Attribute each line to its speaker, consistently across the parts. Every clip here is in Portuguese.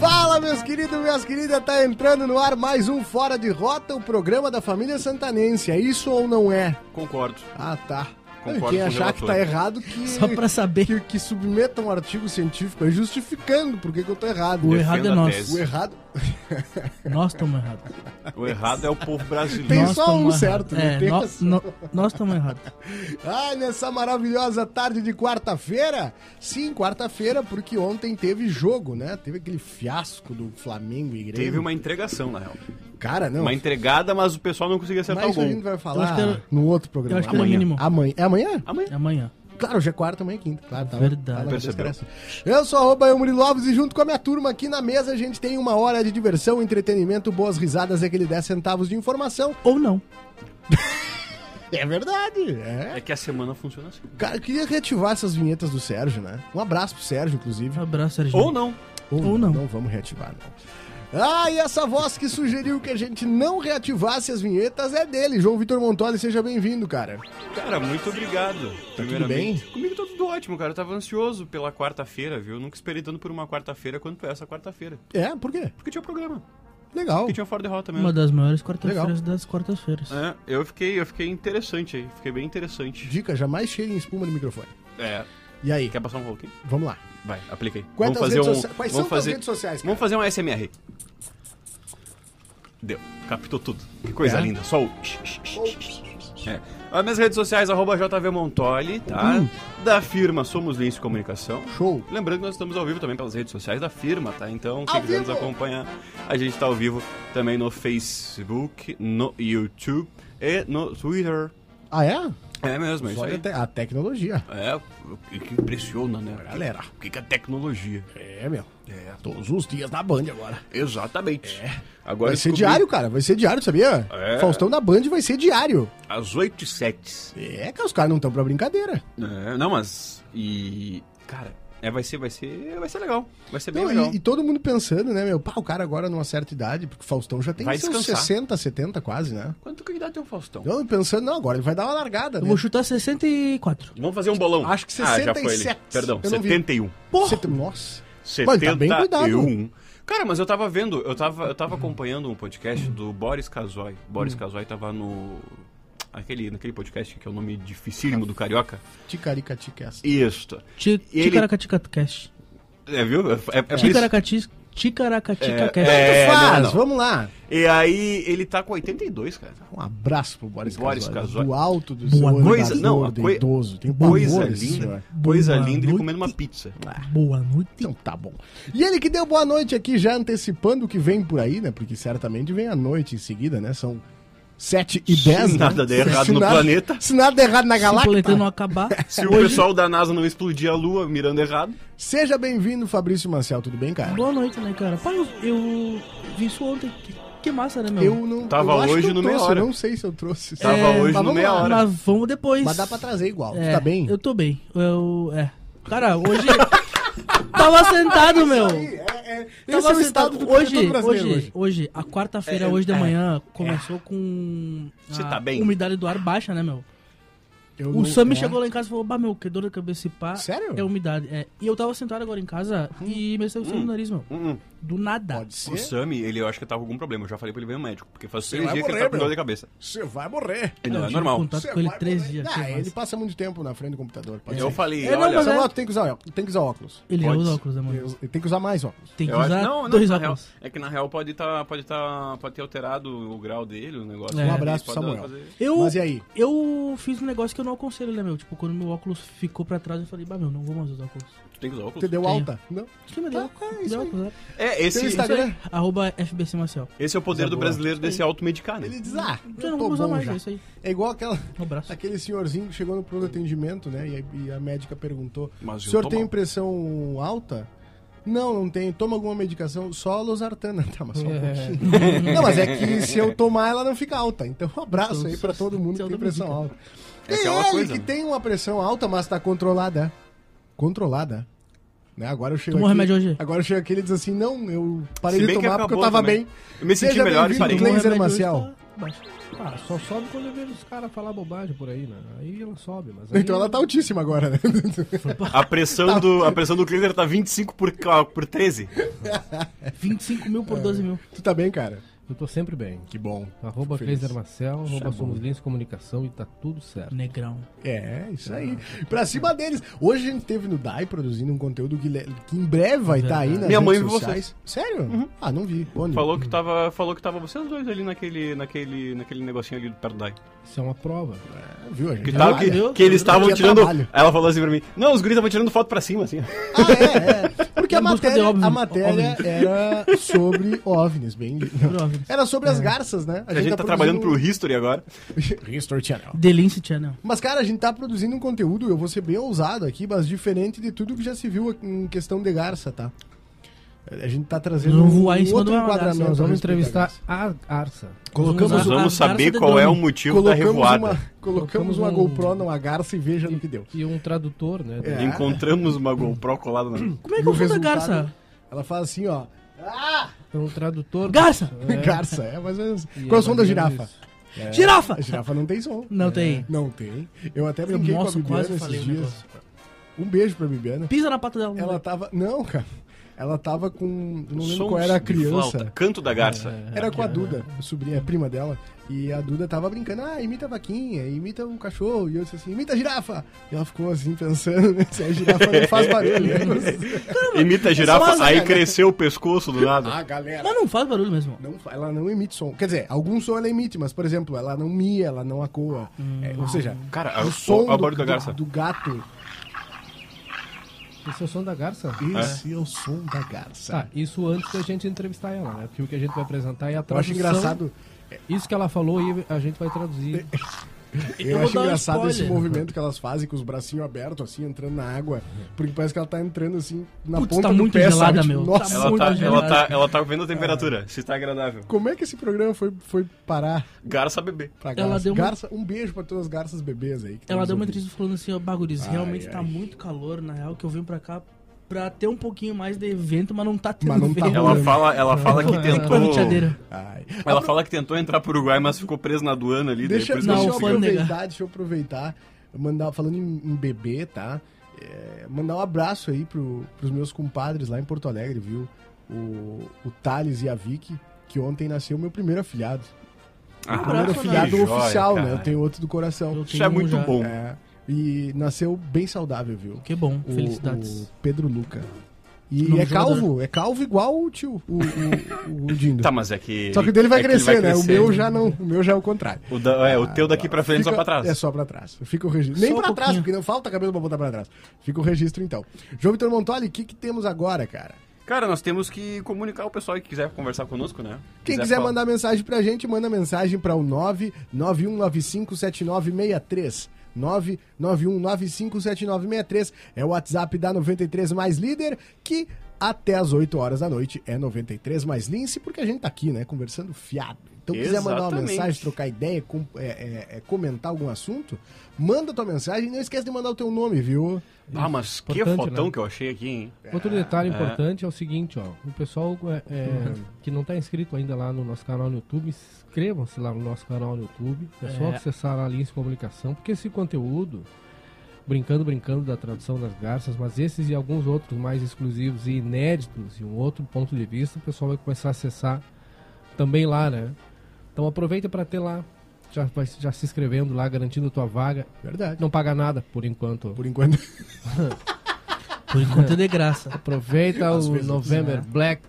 Speaker 1: Fala, meus queridos, minhas queridas, tá entrando no ar mais um Fora de Rota, o programa da família santanense. É isso ou não é?
Speaker 2: Concordo.
Speaker 1: Ah, tá.
Speaker 2: Concordo
Speaker 1: Quem
Speaker 2: com o
Speaker 1: achar que
Speaker 2: relator.
Speaker 1: tá errado, que,
Speaker 3: Só pra saber
Speaker 1: que, que submeta um artigo científico aí justificando por que que eu tô errado.
Speaker 3: o errado é
Speaker 2: Defenda a
Speaker 3: nosso.
Speaker 2: tese.
Speaker 1: O errado.
Speaker 3: Nós estamos errados.
Speaker 2: O errado é o povo brasileiro.
Speaker 1: Tem
Speaker 3: Nós
Speaker 1: só
Speaker 3: tamo
Speaker 1: um
Speaker 3: errado.
Speaker 1: certo, né?
Speaker 3: É,
Speaker 1: Tem
Speaker 3: nó-
Speaker 1: essa-
Speaker 3: nó- nós estamos errados.
Speaker 1: Ah, nessa maravilhosa tarde de quarta-feira. Sim, quarta-feira, porque ontem teve jogo, né? Teve aquele fiasco do Flamengo e Grêmio.
Speaker 2: Teve uma entregação, na real.
Speaker 1: Cara, não.
Speaker 2: Uma entregada, mas o pessoal não conseguia acertar
Speaker 1: Mas isso
Speaker 2: o
Speaker 1: a gente
Speaker 2: gol.
Speaker 1: vai
Speaker 3: Eu acho
Speaker 1: falar
Speaker 3: que era-
Speaker 1: no outro programa.
Speaker 3: Eu acho que era
Speaker 1: amanhã.
Speaker 3: mínimo.
Speaker 1: amanhã. É amanhã?
Speaker 2: Amanhã.
Speaker 3: É Amanhã.
Speaker 1: Claro, hoje é quarta, amanhã é quinta. Claro, tá
Speaker 3: Verdade.
Speaker 1: tá na
Speaker 2: Percebeu.
Speaker 1: desgraça. Eu sou arroba eu, Murilo Alves e junto com a minha turma aqui na mesa a gente tem uma hora de diversão, entretenimento, boas risadas e aquele 10 centavos de informação.
Speaker 3: Ou não.
Speaker 1: É verdade, é.
Speaker 2: É que a semana funciona assim.
Speaker 1: Cara, eu queria reativar essas vinhetas do Sérgio, né? Um abraço pro Sérgio, inclusive.
Speaker 3: Um abraço, Sérgio.
Speaker 2: Ou não.
Speaker 3: Ou não.
Speaker 1: Não vamos reativar, não. Ah, e essa voz que sugeriu que a gente não reativasse as vinhetas é dele, João Vitor Montoli. Seja bem-vindo, cara.
Speaker 2: Cara, muito obrigado.
Speaker 1: Tá
Speaker 2: Comigo tá tudo ótimo, cara. Eu tava ansioso pela quarta-feira, viu? Eu nunca esperei tanto por uma quarta-feira quanto essa quarta-feira.
Speaker 1: É, por quê?
Speaker 2: Porque tinha programa.
Speaker 1: Legal.
Speaker 2: Porque tinha fora derrota mesmo.
Speaker 3: Uma das maiores quartas-feiras das quartas-feiras.
Speaker 2: É, eu fiquei, eu fiquei interessante aí. Fiquei bem interessante.
Speaker 1: Dica, jamais cheirem espuma no microfone.
Speaker 2: É.
Speaker 1: E aí,
Speaker 2: Quer passar um pouquinho?
Speaker 1: vamos lá.
Speaker 2: Vai, aplica aí.
Speaker 1: Quais
Speaker 2: vamos
Speaker 1: as
Speaker 2: fazer
Speaker 1: redes
Speaker 2: um.
Speaker 1: socia- quais
Speaker 2: vamos
Speaker 1: são as
Speaker 2: fazer...
Speaker 1: redes sociais, cara?
Speaker 2: Vamos fazer um SMR. Deu. Captou tudo. Que coisa
Speaker 1: É?
Speaker 2: linda. Só o. É. As minhas redes sociais, arroba JVMontoli, tá?
Speaker 1: Hum.
Speaker 2: Da firma Somos Lince Comunicação.
Speaker 1: Show.
Speaker 2: Lembrando que nós estamos ao vivo também pelas redes sociais da firma, tá? Então, quem
Speaker 1: Ao
Speaker 2: quiser
Speaker 1: vivo!
Speaker 2: nos acompanhar, a gente tá ao vivo também no Facebook, no YouTube e no Twitter.
Speaker 1: Ah, é?
Speaker 2: É mesmo, é isso
Speaker 1: Olha
Speaker 2: aí.
Speaker 1: a, te- a tecnologia.
Speaker 2: É, o que que impressiona, né?
Speaker 1: Galera.
Speaker 2: O que que é tecnologia?
Speaker 1: É, meu.
Speaker 2: É,
Speaker 1: Todos os dias na Band agora.
Speaker 2: Exatamente. Agora
Speaker 1: Vai ser
Speaker 2: descobri-
Speaker 1: diário, cara. Vai ser diário, sabia?
Speaker 2: É.
Speaker 1: Faustão na Band vai ser diário.
Speaker 2: Às 8 e 7.
Speaker 1: É, cara, os caras não estão pra brincadeira.
Speaker 2: É, não, mas. E. Cara, é, vai ser, vai ser. Vai ser legal. Vai ser bem
Speaker 1: Não,
Speaker 2: legal.
Speaker 1: e, e todo mundo pensando, né, meu? Pá, o cara agora numa certa idade, porque o Faustão já tem
Speaker 2: Vai
Speaker 1: seus
Speaker 2: descansar.
Speaker 1: 60, 70 quase, né?
Speaker 2: Quanto que idade tem o Faustão?
Speaker 1: Não, pensando, não, agora ele vai dar uma largada,
Speaker 3: Eu
Speaker 1: né?
Speaker 3: vou chutar 64.
Speaker 2: Vamos fazer um bolão.
Speaker 1: Acho que
Speaker 2: Ah, já foi ele.
Speaker 1: 67.
Speaker 2: Perdão,
Speaker 1: Eu não vi.
Speaker 2: 71.
Speaker 1: Setenta- Nossa. Mas tá bem
Speaker 2: 71. Cara, mas eu tava vendo, eu tava, eu tava acompanhando um podcast do Boris Kazoy. Boris Kazoy tava no. Aquele, naquele podcast que é o nome dificílimo do Carioca.
Speaker 1: Ticarica, ticessa.
Speaker 2: Isto.
Speaker 3: Ti-
Speaker 2: E ele-
Speaker 3: Ticaracaticatcast.
Speaker 2: É, viu? É, é, é por isso-
Speaker 3: Ticaracatis. Ticaracaticacast.
Speaker 2: É, não,
Speaker 1: Faz,
Speaker 2: não.
Speaker 1: vamos lá.
Speaker 2: E aí, ele tá com 82, cara.
Speaker 1: Um abraço pro Boris,
Speaker 2: Boris
Speaker 1: Casoy,
Speaker 2: Casoy.
Speaker 1: Do alto do
Speaker 3: Boa
Speaker 1: seu
Speaker 2: coisa-
Speaker 1: andador
Speaker 2: não, a
Speaker 1: de
Speaker 2: coi-
Speaker 1: idoso. Tem um
Speaker 2: Coisa
Speaker 1: pavor desse
Speaker 2: linda.
Speaker 1: senhor.
Speaker 2: Coisa
Speaker 3: Boa
Speaker 2: linda ele
Speaker 3: noite.
Speaker 2: comendo uma pizza.
Speaker 3: Ah, Boa noite.
Speaker 1: Então tá bom. E ele que deu boa noite aqui, já antecipando o que vem por aí, né? Porque certamente vem a noite em seguida, né? São 7 e
Speaker 2: Se
Speaker 1: 10,
Speaker 2: nada
Speaker 1: né?
Speaker 2: der errado no planeta.
Speaker 1: Se nada der errado na
Speaker 3: Se o
Speaker 1: galáxia.
Speaker 3: planeta não acabar,
Speaker 1: É
Speaker 3: é
Speaker 2: Se o
Speaker 3: hoje...
Speaker 2: pessoal da NASA não explodir a Lua mirando errado,
Speaker 1: Seja bem-vindo, Fabrício Maciel, tudo bem, cara?
Speaker 3: Boa noite, né, cara? Pai, eu, eu vi isso ontem. Que, que massa, né, meu?
Speaker 1: Eu não
Speaker 2: Tava
Speaker 1: eu acho
Speaker 2: hoje
Speaker 1: que eu
Speaker 2: no
Speaker 1: trouxe,
Speaker 2: meia hora.
Speaker 1: Eu não sei se eu trouxe.
Speaker 2: Tava hoje
Speaker 1: mas
Speaker 2: no
Speaker 1: vamos
Speaker 2: meia
Speaker 1: lá.
Speaker 2: hora.
Speaker 3: É, Mas vamos depois.
Speaker 1: Mas dá pra trazer igual,
Speaker 3: É,
Speaker 1: tu tá bem?
Speaker 3: Eu tô bem. Eu. É. Cara, hoje. tava sentado, meu.
Speaker 1: É, é, esse é
Speaker 3: Tava
Speaker 1: o
Speaker 3: sentado.
Speaker 1: estado do
Speaker 3: hoje,
Speaker 1: todo brasileiro
Speaker 3: hoje, hoje, a quarta-feira,
Speaker 1: É,
Speaker 3: hoje de
Speaker 1: é,
Speaker 3: manhã, começou com. a
Speaker 2: Você tá bem? Umidade
Speaker 3: Umidade do ar baixa, né, meu?
Speaker 1: Eu
Speaker 3: O
Speaker 1: não-
Speaker 3: Sammy
Speaker 1: é.
Speaker 3: chegou lá em casa e falou: Bah, meu, que dor de cabeça e pá.
Speaker 1: Sério? Hum.
Speaker 3: É umidade. É. E eu tava sentado agora em casa e me saiu o sangue no nariz, meu.
Speaker 2: hum, hum,
Speaker 3: Do nada.
Speaker 1: Pode
Speaker 2: O
Speaker 1: ser.
Speaker 2: Sami, ele, eu acho que tá com algum problema. Eu já falei pra ele ver um médico, porque faz
Speaker 1: Você
Speaker 2: três
Speaker 1: vai
Speaker 2: dias que ele
Speaker 1: morrer,
Speaker 2: tá com dor
Speaker 1: meu.
Speaker 2: de cabeça.
Speaker 1: Você vai morrer.
Speaker 2: E não,
Speaker 3: Eu
Speaker 2: é
Speaker 3: tive
Speaker 2: normal.
Speaker 3: contato
Speaker 1: Você
Speaker 3: Tá com ele
Speaker 1: vai
Speaker 3: três
Speaker 1: morrer.
Speaker 3: dias.
Speaker 1: Ah,
Speaker 3: que mais.
Speaker 1: ele passa muito tempo na frente do computador. pode
Speaker 2: Eu
Speaker 1: ser.
Speaker 2: falei,
Speaker 3: É, não,
Speaker 2: olha...
Speaker 3: mas
Speaker 1: Seu
Speaker 3: é-
Speaker 1: Mauro tem que usar óculos. Tem que usar óculos.
Speaker 3: Ele já
Speaker 2: Pode.
Speaker 3: usa óculos, né, mano?
Speaker 1: Eu- Tem que usar mais óculos.
Speaker 3: Tem que
Speaker 2: Eu acho-
Speaker 3: usar
Speaker 2: não, não,
Speaker 3: dois
Speaker 2: na
Speaker 3: óculos.
Speaker 2: real- é que na real pode tá, pode tá, pode ter alterado o grau dele, o negócio. né?
Speaker 3: É. Um
Speaker 1: abraço
Speaker 2: Ele
Speaker 1: pro
Speaker 2: pode
Speaker 1: Samuel.
Speaker 2: fazer-
Speaker 3: Eu,
Speaker 1: Mas e aí?
Speaker 3: Eu fiz um negócio que eu não aconselho, né, meu? Tipo, quando meu óculos ficou pra trás, eu falei, bah, meu, não vou mais usar óculos.
Speaker 2: Tu tem que usar óculos.
Speaker 1: Você deu
Speaker 3: Tenho.
Speaker 1: alta? Não.
Speaker 3: Acho que me deu,
Speaker 1: Tá, é
Speaker 3: me
Speaker 1: isso
Speaker 3: deu
Speaker 1: aí.
Speaker 3: óculos, né?
Speaker 2: É,
Speaker 1: Tem um o
Speaker 2: esse,
Speaker 1: Instagram?
Speaker 3: Arroba FBC Marcial.
Speaker 2: esse é o poder do brasileiro desse automedicar, né?
Speaker 1: Ele diz, ah,
Speaker 3: Eu
Speaker 1: eu
Speaker 3: não vou
Speaker 1: tô
Speaker 3: usar
Speaker 1: bom
Speaker 3: mais,
Speaker 1: já.
Speaker 3: é isso aí.
Speaker 1: É igual aquela,
Speaker 3: Um abraço.
Speaker 1: aquele senhorzinho que chegou no pronto atendimento, né? E a, e a médica perguntou, o
Speaker 2: Mas eu
Speaker 1: senhor
Speaker 2: tô
Speaker 1: tem
Speaker 2: mal.
Speaker 1: pressão alta? Não, não tenho. Toma alguma medicação? Só a losartana. Tá, mas só um
Speaker 3: É.
Speaker 1: pouquinho. Não, mas é que se eu tomar, ela não fica alta. Então, um abraço aí pra todo mundo que
Speaker 3: Então,
Speaker 1: tem
Speaker 3: não
Speaker 1: pressão
Speaker 3: fica.
Speaker 1: alta.
Speaker 2: É
Speaker 1: Tem
Speaker 2: aquela
Speaker 1: ele
Speaker 2: coisa,
Speaker 1: que
Speaker 2: né?
Speaker 1: tem uma pressão alta, mas tá controlada. Controlada. Né? Agora eu chego
Speaker 3: Tomou
Speaker 1: aqui,
Speaker 3: remédio hoje?
Speaker 1: Agora eu chego aqui e ele diz assim, não, eu parei de
Speaker 2: Se bem que
Speaker 1: tomar porque eu
Speaker 2: acabou
Speaker 1: tava
Speaker 2: também.
Speaker 1: bem.
Speaker 2: Eu me senti
Speaker 1: Seja
Speaker 2: melhor e
Speaker 1: bem-vindo,
Speaker 2: parei.
Speaker 1: Cleiton. Laser
Speaker 3: Remédio hoje
Speaker 1: Marcial.
Speaker 3: tá baixo.
Speaker 4: Ah, só sobe quando eu vejo os caras falar bobagem por aí, né? Aí ela sobe, mas aí...
Speaker 1: Então ela tá altíssima agora, né?
Speaker 2: A
Speaker 1: Tá
Speaker 2: pressão do, a pressão do Cleiser tá 25 por, ca- por 13.
Speaker 3: 25 mil por 12 mil.
Speaker 1: tu tá bem, cara?
Speaker 4: Eu tô sempre bem.
Speaker 1: Que bom.
Speaker 4: Arroba
Speaker 1: Feliz. é
Speaker 4: Cleiser Marcel, arroba
Speaker 1: bom. Né?
Speaker 4: Somos Lins Comunicação e tá tudo certo.
Speaker 3: Negrão.
Speaker 1: É, isso aí. Pra cima deles. Hoje a gente teve no DAI produzindo um conteúdo que, le- que em breve vai estar aí nas
Speaker 2: Minha mãe
Speaker 1: redes
Speaker 2: viu
Speaker 1: sociais. Sério?
Speaker 3: Uhum.
Speaker 1: Ah, não vi. Onde?
Speaker 2: Falou que tava, falou que tava vocês dois ali naquele, naquele, naquele negocinho ali do perto da-
Speaker 4: Isso é uma prova.
Speaker 1: É, viu a gente?
Speaker 2: Que, tal
Speaker 1: Olha.
Speaker 2: que, que eles estavam
Speaker 1: Porque é
Speaker 2: tirando.
Speaker 1: trabalho.
Speaker 2: Ela falou assim pra mim: Não, os guris estavam tirando foto pra cima, assim.
Speaker 1: Ah, é, é. Porque a
Speaker 3: Em busca de
Speaker 1: matéria,
Speaker 3: óbvio-
Speaker 1: a matéria
Speaker 3: óbvio.
Speaker 1: era sobre OVNIs, bem...
Speaker 3: óbvio.
Speaker 1: Era sobre as garças, né?
Speaker 2: A gente tá trabalhando pro History agora.
Speaker 1: pro... History Channel.
Speaker 3: Delice Channel.
Speaker 1: Mas, cara, a gente tá produzindo um conteúdo, eu vou ser bem ousado aqui, mas diferente de tudo que já se viu em questão de garça, tá? A gente tá trazendo
Speaker 3: Vamos voar em cima
Speaker 1: outro
Speaker 3: de uma
Speaker 1: enquadramento.
Speaker 3: garça,
Speaker 4: Nós
Speaker 1: a
Speaker 4: vamos
Speaker 1: respeito da
Speaker 4: entrevistar
Speaker 1: garça.
Speaker 4: a Arsa.
Speaker 1: Colocamos,
Speaker 2: Nós
Speaker 3: Vamos lá.
Speaker 2: vamos
Speaker 3: A garça
Speaker 2: saber
Speaker 3: de
Speaker 2: qual é o
Speaker 3: drone.
Speaker 2: motivo da
Speaker 1: colocamos,
Speaker 2: revoada.
Speaker 1: uma, colocamos
Speaker 4: Colocamos
Speaker 1: uma
Speaker 4: um-
Speaker 1: GoPro numa garça e veja no que deu.
Speaker 4: E um tradutor, né?
Speaker 1: É.
Speaker 2: Encontramos uma GoPro colada na.
Speaker 3: Como é
Speaker 1: E
Speaker 3: que eu
Speaker 1: o
Speaker 3: fui da
Speaker 1: resultado-
Speaker 3: garça?
Speaker 1: Ela fala assim, ó.
Speaker 4: Um tradutor...
Speaker 3: Garça!
Speaker 4: É.
Speaker 1: Garça, é mais ou menos.
Speaker 4: E
Speaker 1: Qual é o
Speaker 4: é
Speaker 1: som da
Speaker 4: mais ou menos
Speaker 1: girafa?
Speaker 4: isso.
Speaker 1: É,
Speaker 3: Girafa!
Speaker 1: A girafa não tem som. É.
Speaker 3: Não tem.
Speaker 1: Não tem. Eu até
Speaker 3: Eu
Speaker 1: brinquei com a
Speaker 3: mostro,
Speaker 1: Bibiana
Speaker 3: quase falei
Speaker 1: esses
Speaker 3: o
Speaker 1: dias.
Speaker 3: negócio.
Speaker 1: Um beijo pra Bibiana.
Speaker 3: Pisa na pata dela.
Speaker 1: Ela tava. Não, cara. Ela tava com. Não lembro
Speaker 2: Sons
Speaker 1: qual era a
Speaker 2: de
Speaker 1: criança.
Speaker 2: flauta, Canto da garça.
Speaker 1: Era com a Duda, a sobrinha, a prima dela. E a Duda tava brincando, ah, imita a vaquinha, imita um cachorro. E eu disse assim, imita a girafa. E ela ficou assim, pensando, né, se a girafa não faz barulho. né?
Speaker 2: Imita a girafa,
Speaker 1: asa,
Speaker 2: aí
Speaker 1: cara.
Speaker 2: cresceu o pescoço do nada.
Speaker 1: ah, galera.
Speaker 3: Ela não faz barulho mesmo.
Speaker 1: Não, fa- ela não emite som. Quer dizer, algum som ela emite, mas, por exemplo, ela não mia, ela não acoa. É, ou seja,
Speaker 2: Hum. Cara,
Speaker 1: o som
Speaker 2: a
Speaker 1: do,
Speaker 2: bordo da garça.
Speaker 1: do- do gato.
Speaker 4: Esse é o som da Garça?
Speaker 1: Esse é, o som da garça.
Speaker 4: Tá, isso antes da gente entrevistar ela, né? Porque o que a gente vai apresentar é a
Speaker 3: Tá,
Speaker 1: eu acho
Speaker 4: tradução.
Speaker 1: engraçado, É,
Speaker 4: Isso que ela falou e a gente vai traduzir.
Speaker 1: eu
Speaker 3: vou
Speaker 1: acho
Speaker 3: dar um
Speaker 1: engraçado esse
Speaker 3: spoiler.
Speaker 1: movimento que elas fazem com os bracinhos abertos, assim, entrando na água. Porque parece que ela tá entrando, assim, na
Speaker 3: Putz,
Speaker 1: ponta do
Speaker 3: tá muito
Speaker 1: pé,
Speaker 3: gelada,
Speaker 1: sabe? Tipo,
Speaker 3: meu. Tá
Speaker 1: Nossa,
Speaker 2: Ela
Speaker 3: Muito
Speaker 2: tá, ela,
Speaker 3: gelado.
Speaker 2: tá, ela tá vendo a temperatura, se tá agradável.
Speaker 1: Como é que esse programa foi, foi parar
Speaker 2: Garça bebê.
Speaker 1: pra
Speaker 3: Ela
Speaker 1: garça?
Speaker 3: deu uma-
Speaker 1: Garça, um beijo pra todas as garças bebês aí. que estão
Speaker 3: Ela deu É uma
Speaker 1: nos ouvindo.
Speaker 3: entrevista falando assim, ó, Baguris, realmente
Speaker 1: ai.
Speaker 3: tá muito calor, na real, que eu vim pra cá pra ter um pouquinho mais de evento, mas não tá tendo
Speaker 1: Mas não tá
Speaker 3: evento.
Speaker 2: Ela fala, ela fala que
Speaker 3: Tem
Speaker 2: tentou.
Speaker 3: plano de chadeira.
Speaker 1: Ai.
Speaker 2: Ela fala que tentou entrar pro Uruguai, mas ficou presa na aduana ali.
Speaker 1: É
Speaker 2: daí
Speaker 1: Deixa,
Speaker 2: por isso
Speaker 1: deixa
Speaker 2: que
Speaker 3: não
Speaker 1: eu
Speaker 2: ela conseguiu.
Speaker 3: foi-
Speaker 1: aproveitar,
Speaker 3: negar.
Speaker 1: deixa eu aproveitar, mandar, falando em, em bebê, tá? É, mandar um abraço aí pro, pros meus compadres lá em Porto Alegre, viu? O, o Thales e a Vicky, que ontem nasceu meu primeiro afilhado.
Speaker 2: Ah,
Speaker 1: O primeiro
Speaker 3: abraço,
Speaker 1: afilhado
Speaker 2: que joia,
Speaker 1: oficial, né?
Speaker 2: cara.
Speaker 1: Eu tenho outro do coração.
Speaker 3: Eu
Speaker 2: Isso
Speaker 3: tenho
Speaker 2: é
Speaker 3: um
Speaker 2: muito
Speaker 3: já.
Speaker 2: bom.
Speaker 1: É, e nasceu bem saudável, viu?
Speaker 3: Que bom,
Speaker 1: O-
Speaker 3: felicidades.
Speaker 1: O Pedro Luca. E
Speaker 3: Nome
Speaker 1: é
Speaker 3: de jogador.
Speaker 1: calvo, é calvo igual o tio, o, o, o Dindo.
Speaker 2: Tá, mas é que.
Speaker 1: Só que o dele vai,
Speaker 2: é que ele
Speaker 1: crescer, né? O meu
Speaker 2: crescer.
Speaker 1: já não, o meu já é o contrário.
Speaker 2: O da- é, o teu daqui pra frente
Speaker 1: Fica-
Speaker 2: só pra trás.
Speaker 1: É só pra trás. Fica o registro. Nem
Speaker 3: Só um
Speaker 1: pra trás,
Speaker 3: pouquinho.
Speaker 1: porque não falta cabelo pra botar pra trás. Fica o registro então. João Vitor Montoli, o que, que temos agora, cara?
Speaker 2: Cara, nós temos que comunicar o pessoal que quiser conversar conosco, né?
Speaker 1: Quem quiser
Speaker 2: falar.
Speaker 1: mandar mensagem pra gente, manda mensagem para o 991957963. 991957963 é o WhatsApp da 93 mais líder, que até as 8 horas da noite é 93 mais lince, porque a gente tá aqui, né, conversando fiado. Então, quiser mandar uma
Speaker 2: Exatamente.
Speaker 1: mensagem, trocar ideia, com- é, é, é, comentar algum assunto, manda tua mensagem e não esquece de mandar o teu nome, viu?
Speaker 2: Ah, mas que
Speaker 4: Importante,
Speaker 2: fotão
Speaker 4: né?
Speaker 2: que eu achei aqui, hein?
Speaker 4: Outro detalhe importante é o seguinte, ó. O pessoal é, é, que não tá inscrito ainda lá no nosso canal no YouTube, inscrevam-se lá no nosso canal no YouTube. É só
Speaker 3: É.
Speaker 4: acessar a Lins Comunicação, porque esse conteúdo brincando, brincando da tradução das garças, mas esses e alguns outros mais exclusivos e inéditos e um outro ponto de vista, o pessoal vai começar a acessar também lá, né? Então aproveita para ter lá, já, vai- já se inscrevendo lá, garantindo a tua vaga.
Speaker 1: Verdade.
Speaker 4: Não paga nada por enquanto.
Speaker 1: Por enquanto.
Speaker 3: Por enquanto é de graça.
Speaker 4: Aproveita
Speaker 1: Às
Speaker 4: o
Speaker 1: vezes,
Speaker 4: November
Speaker 3: né?
Speaker 4: Black.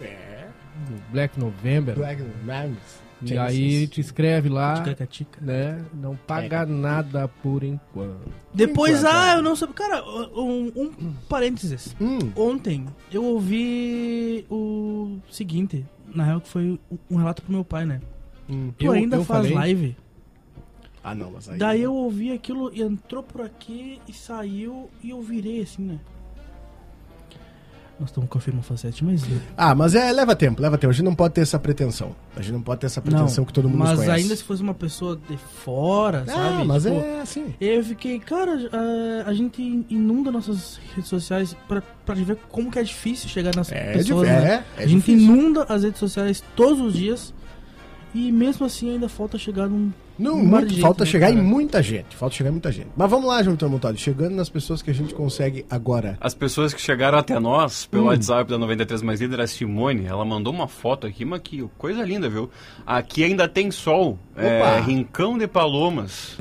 Speaker 4: O Black November.
Speaker 1: Black Rams.
Speaker 4: E aí te inscreve lá,
Speaker 3: Tica-tica.
Speaker 4: né? Não paga nada por enquanto.
Speaker 3: Depois,
Speaker 1: enquanto,
Speaker 3: ah,
Speaker 1: é.
Speaker 3: eu não sabia. Cara, um, um parênteses.
Speaker 1: Hum,
Speaker 3: Ontem eu ouvi o seguinte, na real que foi um relato pro meu pai, né?
Speaker 1: hum.
Speaker 3: Tu
Speaker 4: Eu-
Speaker 3: ainda
Speaker 4: eu
Speaker 3: faz
Speaker 4: falei-
Speaker 3: live?
Speaker 1: Ah, não, mas aí.
Speaker 3: Daí eu ouvi aquilo, e entrou por aqui e saiu e eu virei assim, né? Nós estamos com a firma facete, mas.
Speaker 1: Ah, mas é, leva tempo, leva tempo. A gente não pode ter essa pretensão. A gente não pode ter essa pretensão que todo mundo
Speaker 3: mas
Speaker 1: nos conhece.
Speaker 3: ainda se fosse uma pessoa de fora,
Speaker 1: Ah,
Speaker 3: sabe?
Speaker 1: mas
Speaker 3: Tipo,
Speaker 1: é assim.
Speaker 3: Eu fiquei, cara, é, a, a gente inunda nossas redes sociais pra, pra ver como que é difícil chegar nas
Speaker 1: É,
Speaker 3: pessoas.
Speaker 1: dif-
Speaker 3: né?
Speaker 1: é, é
Speaker 3: a gente
Speaker 1: difícil.
Speaker 3: inunda as redes sociais todos os dias e mesmo assim ainda falta chegar num.
Speaker 1: Não,
Speaker 3: Um mar de
Speaker 1: muito-
Speaker 3: gente,
Speaker 1: falta
Speaker 3: né,
Speaker 1: chegar
Speaker 3: cara?
Speaker 1: em muita gente. Falta chegar em muita gente. Mas vamos lá, João Vitor Montalho. Chegando nas pessoas que a gente consegue agora.
Speaker 2: As pessoas que chegaram até nós
Speaker 1: Hum.
Speaker 2: pelo WhatsApp da 93 Mais Líder, a Simone, ela mandou uma foto aqui, mas que coisa linda, viu? Aqui ainda tem sol, é, rincão de palomas.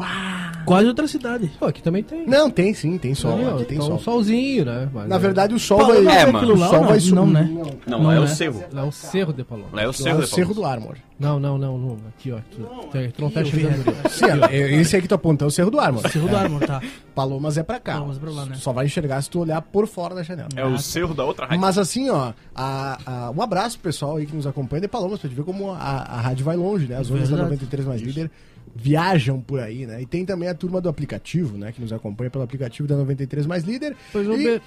Speaker 3: Quase outra cidade.
Speaker 4: Pô, aqui também tem.
Speaker 1: Não, tem sim, tem sol.
Speaker 4: Aí, ó,
Speaker 1: aqui tem
Speaker 4: então,
Speaker 1: sol.
Speaker 4: um solzinho, né? Mas
Speaker 1: Na
Speaker 4: é-
Speaker 1: verdade, o sol
Speaker 3: Pô,
Speaker 1: vai.
Speaker 3: não
Speaker 2: é,
Speaker 3: é
Speaker 2: mano,
Speaker 3: aquilo lá
Speaker 1: o sol
Speaker 3: ou não?
Speaker 1: vai subir.
Speaker 3: Não, né?
Speaker 2: Não,
Speaker 3: Não
Speaker 2: lá é,
Speaker 3: é.
Speaker 2: o cervo.
Speaker 4: Lá é o Cerro de Paloma.
Speaker 2: Lá é o
Speaker 1: Lá é
Speaker 2: cerro
Speaker 1: o
Speaker 2: de
Speaker 1: cerro
Speaker 2: palomas.
Speaker 1: do ar, amor.
Speaker 4: Não, não, não, não. Aqui, ó. Tu, tu, tu não tá chegando ali.
Speaker 1: Sim, é, é, esse aí que tu aponta é o cerro do ar, amor.
Speaker 3: Cerro do Armor, tá.
Speaker 1: Palomas é pra cá.
Speaker 3: Palomas é pra lá, né?
Speaker 1: Tu só vai enxergar se tu olhar por fora da janela.
Speaker 2: É o cerro da outra rádio.
Speaker 1: Mas assim, ó, a- a- um abraço pro pessoal aí que nos acompanha de Palomas, pra gente ver como a, a rádio vai longe, né? As ondas da
Speaker 3: Verdade.
Speaker 1: 93 mais líder viajam por aí, né? E tem também a turma do aplicativo, né? Que nos acompanha pelo aplicativo da 93 mais líder.
Speaker 4: Pois eu
Speaker 1: E,
Speaker 4: vejo.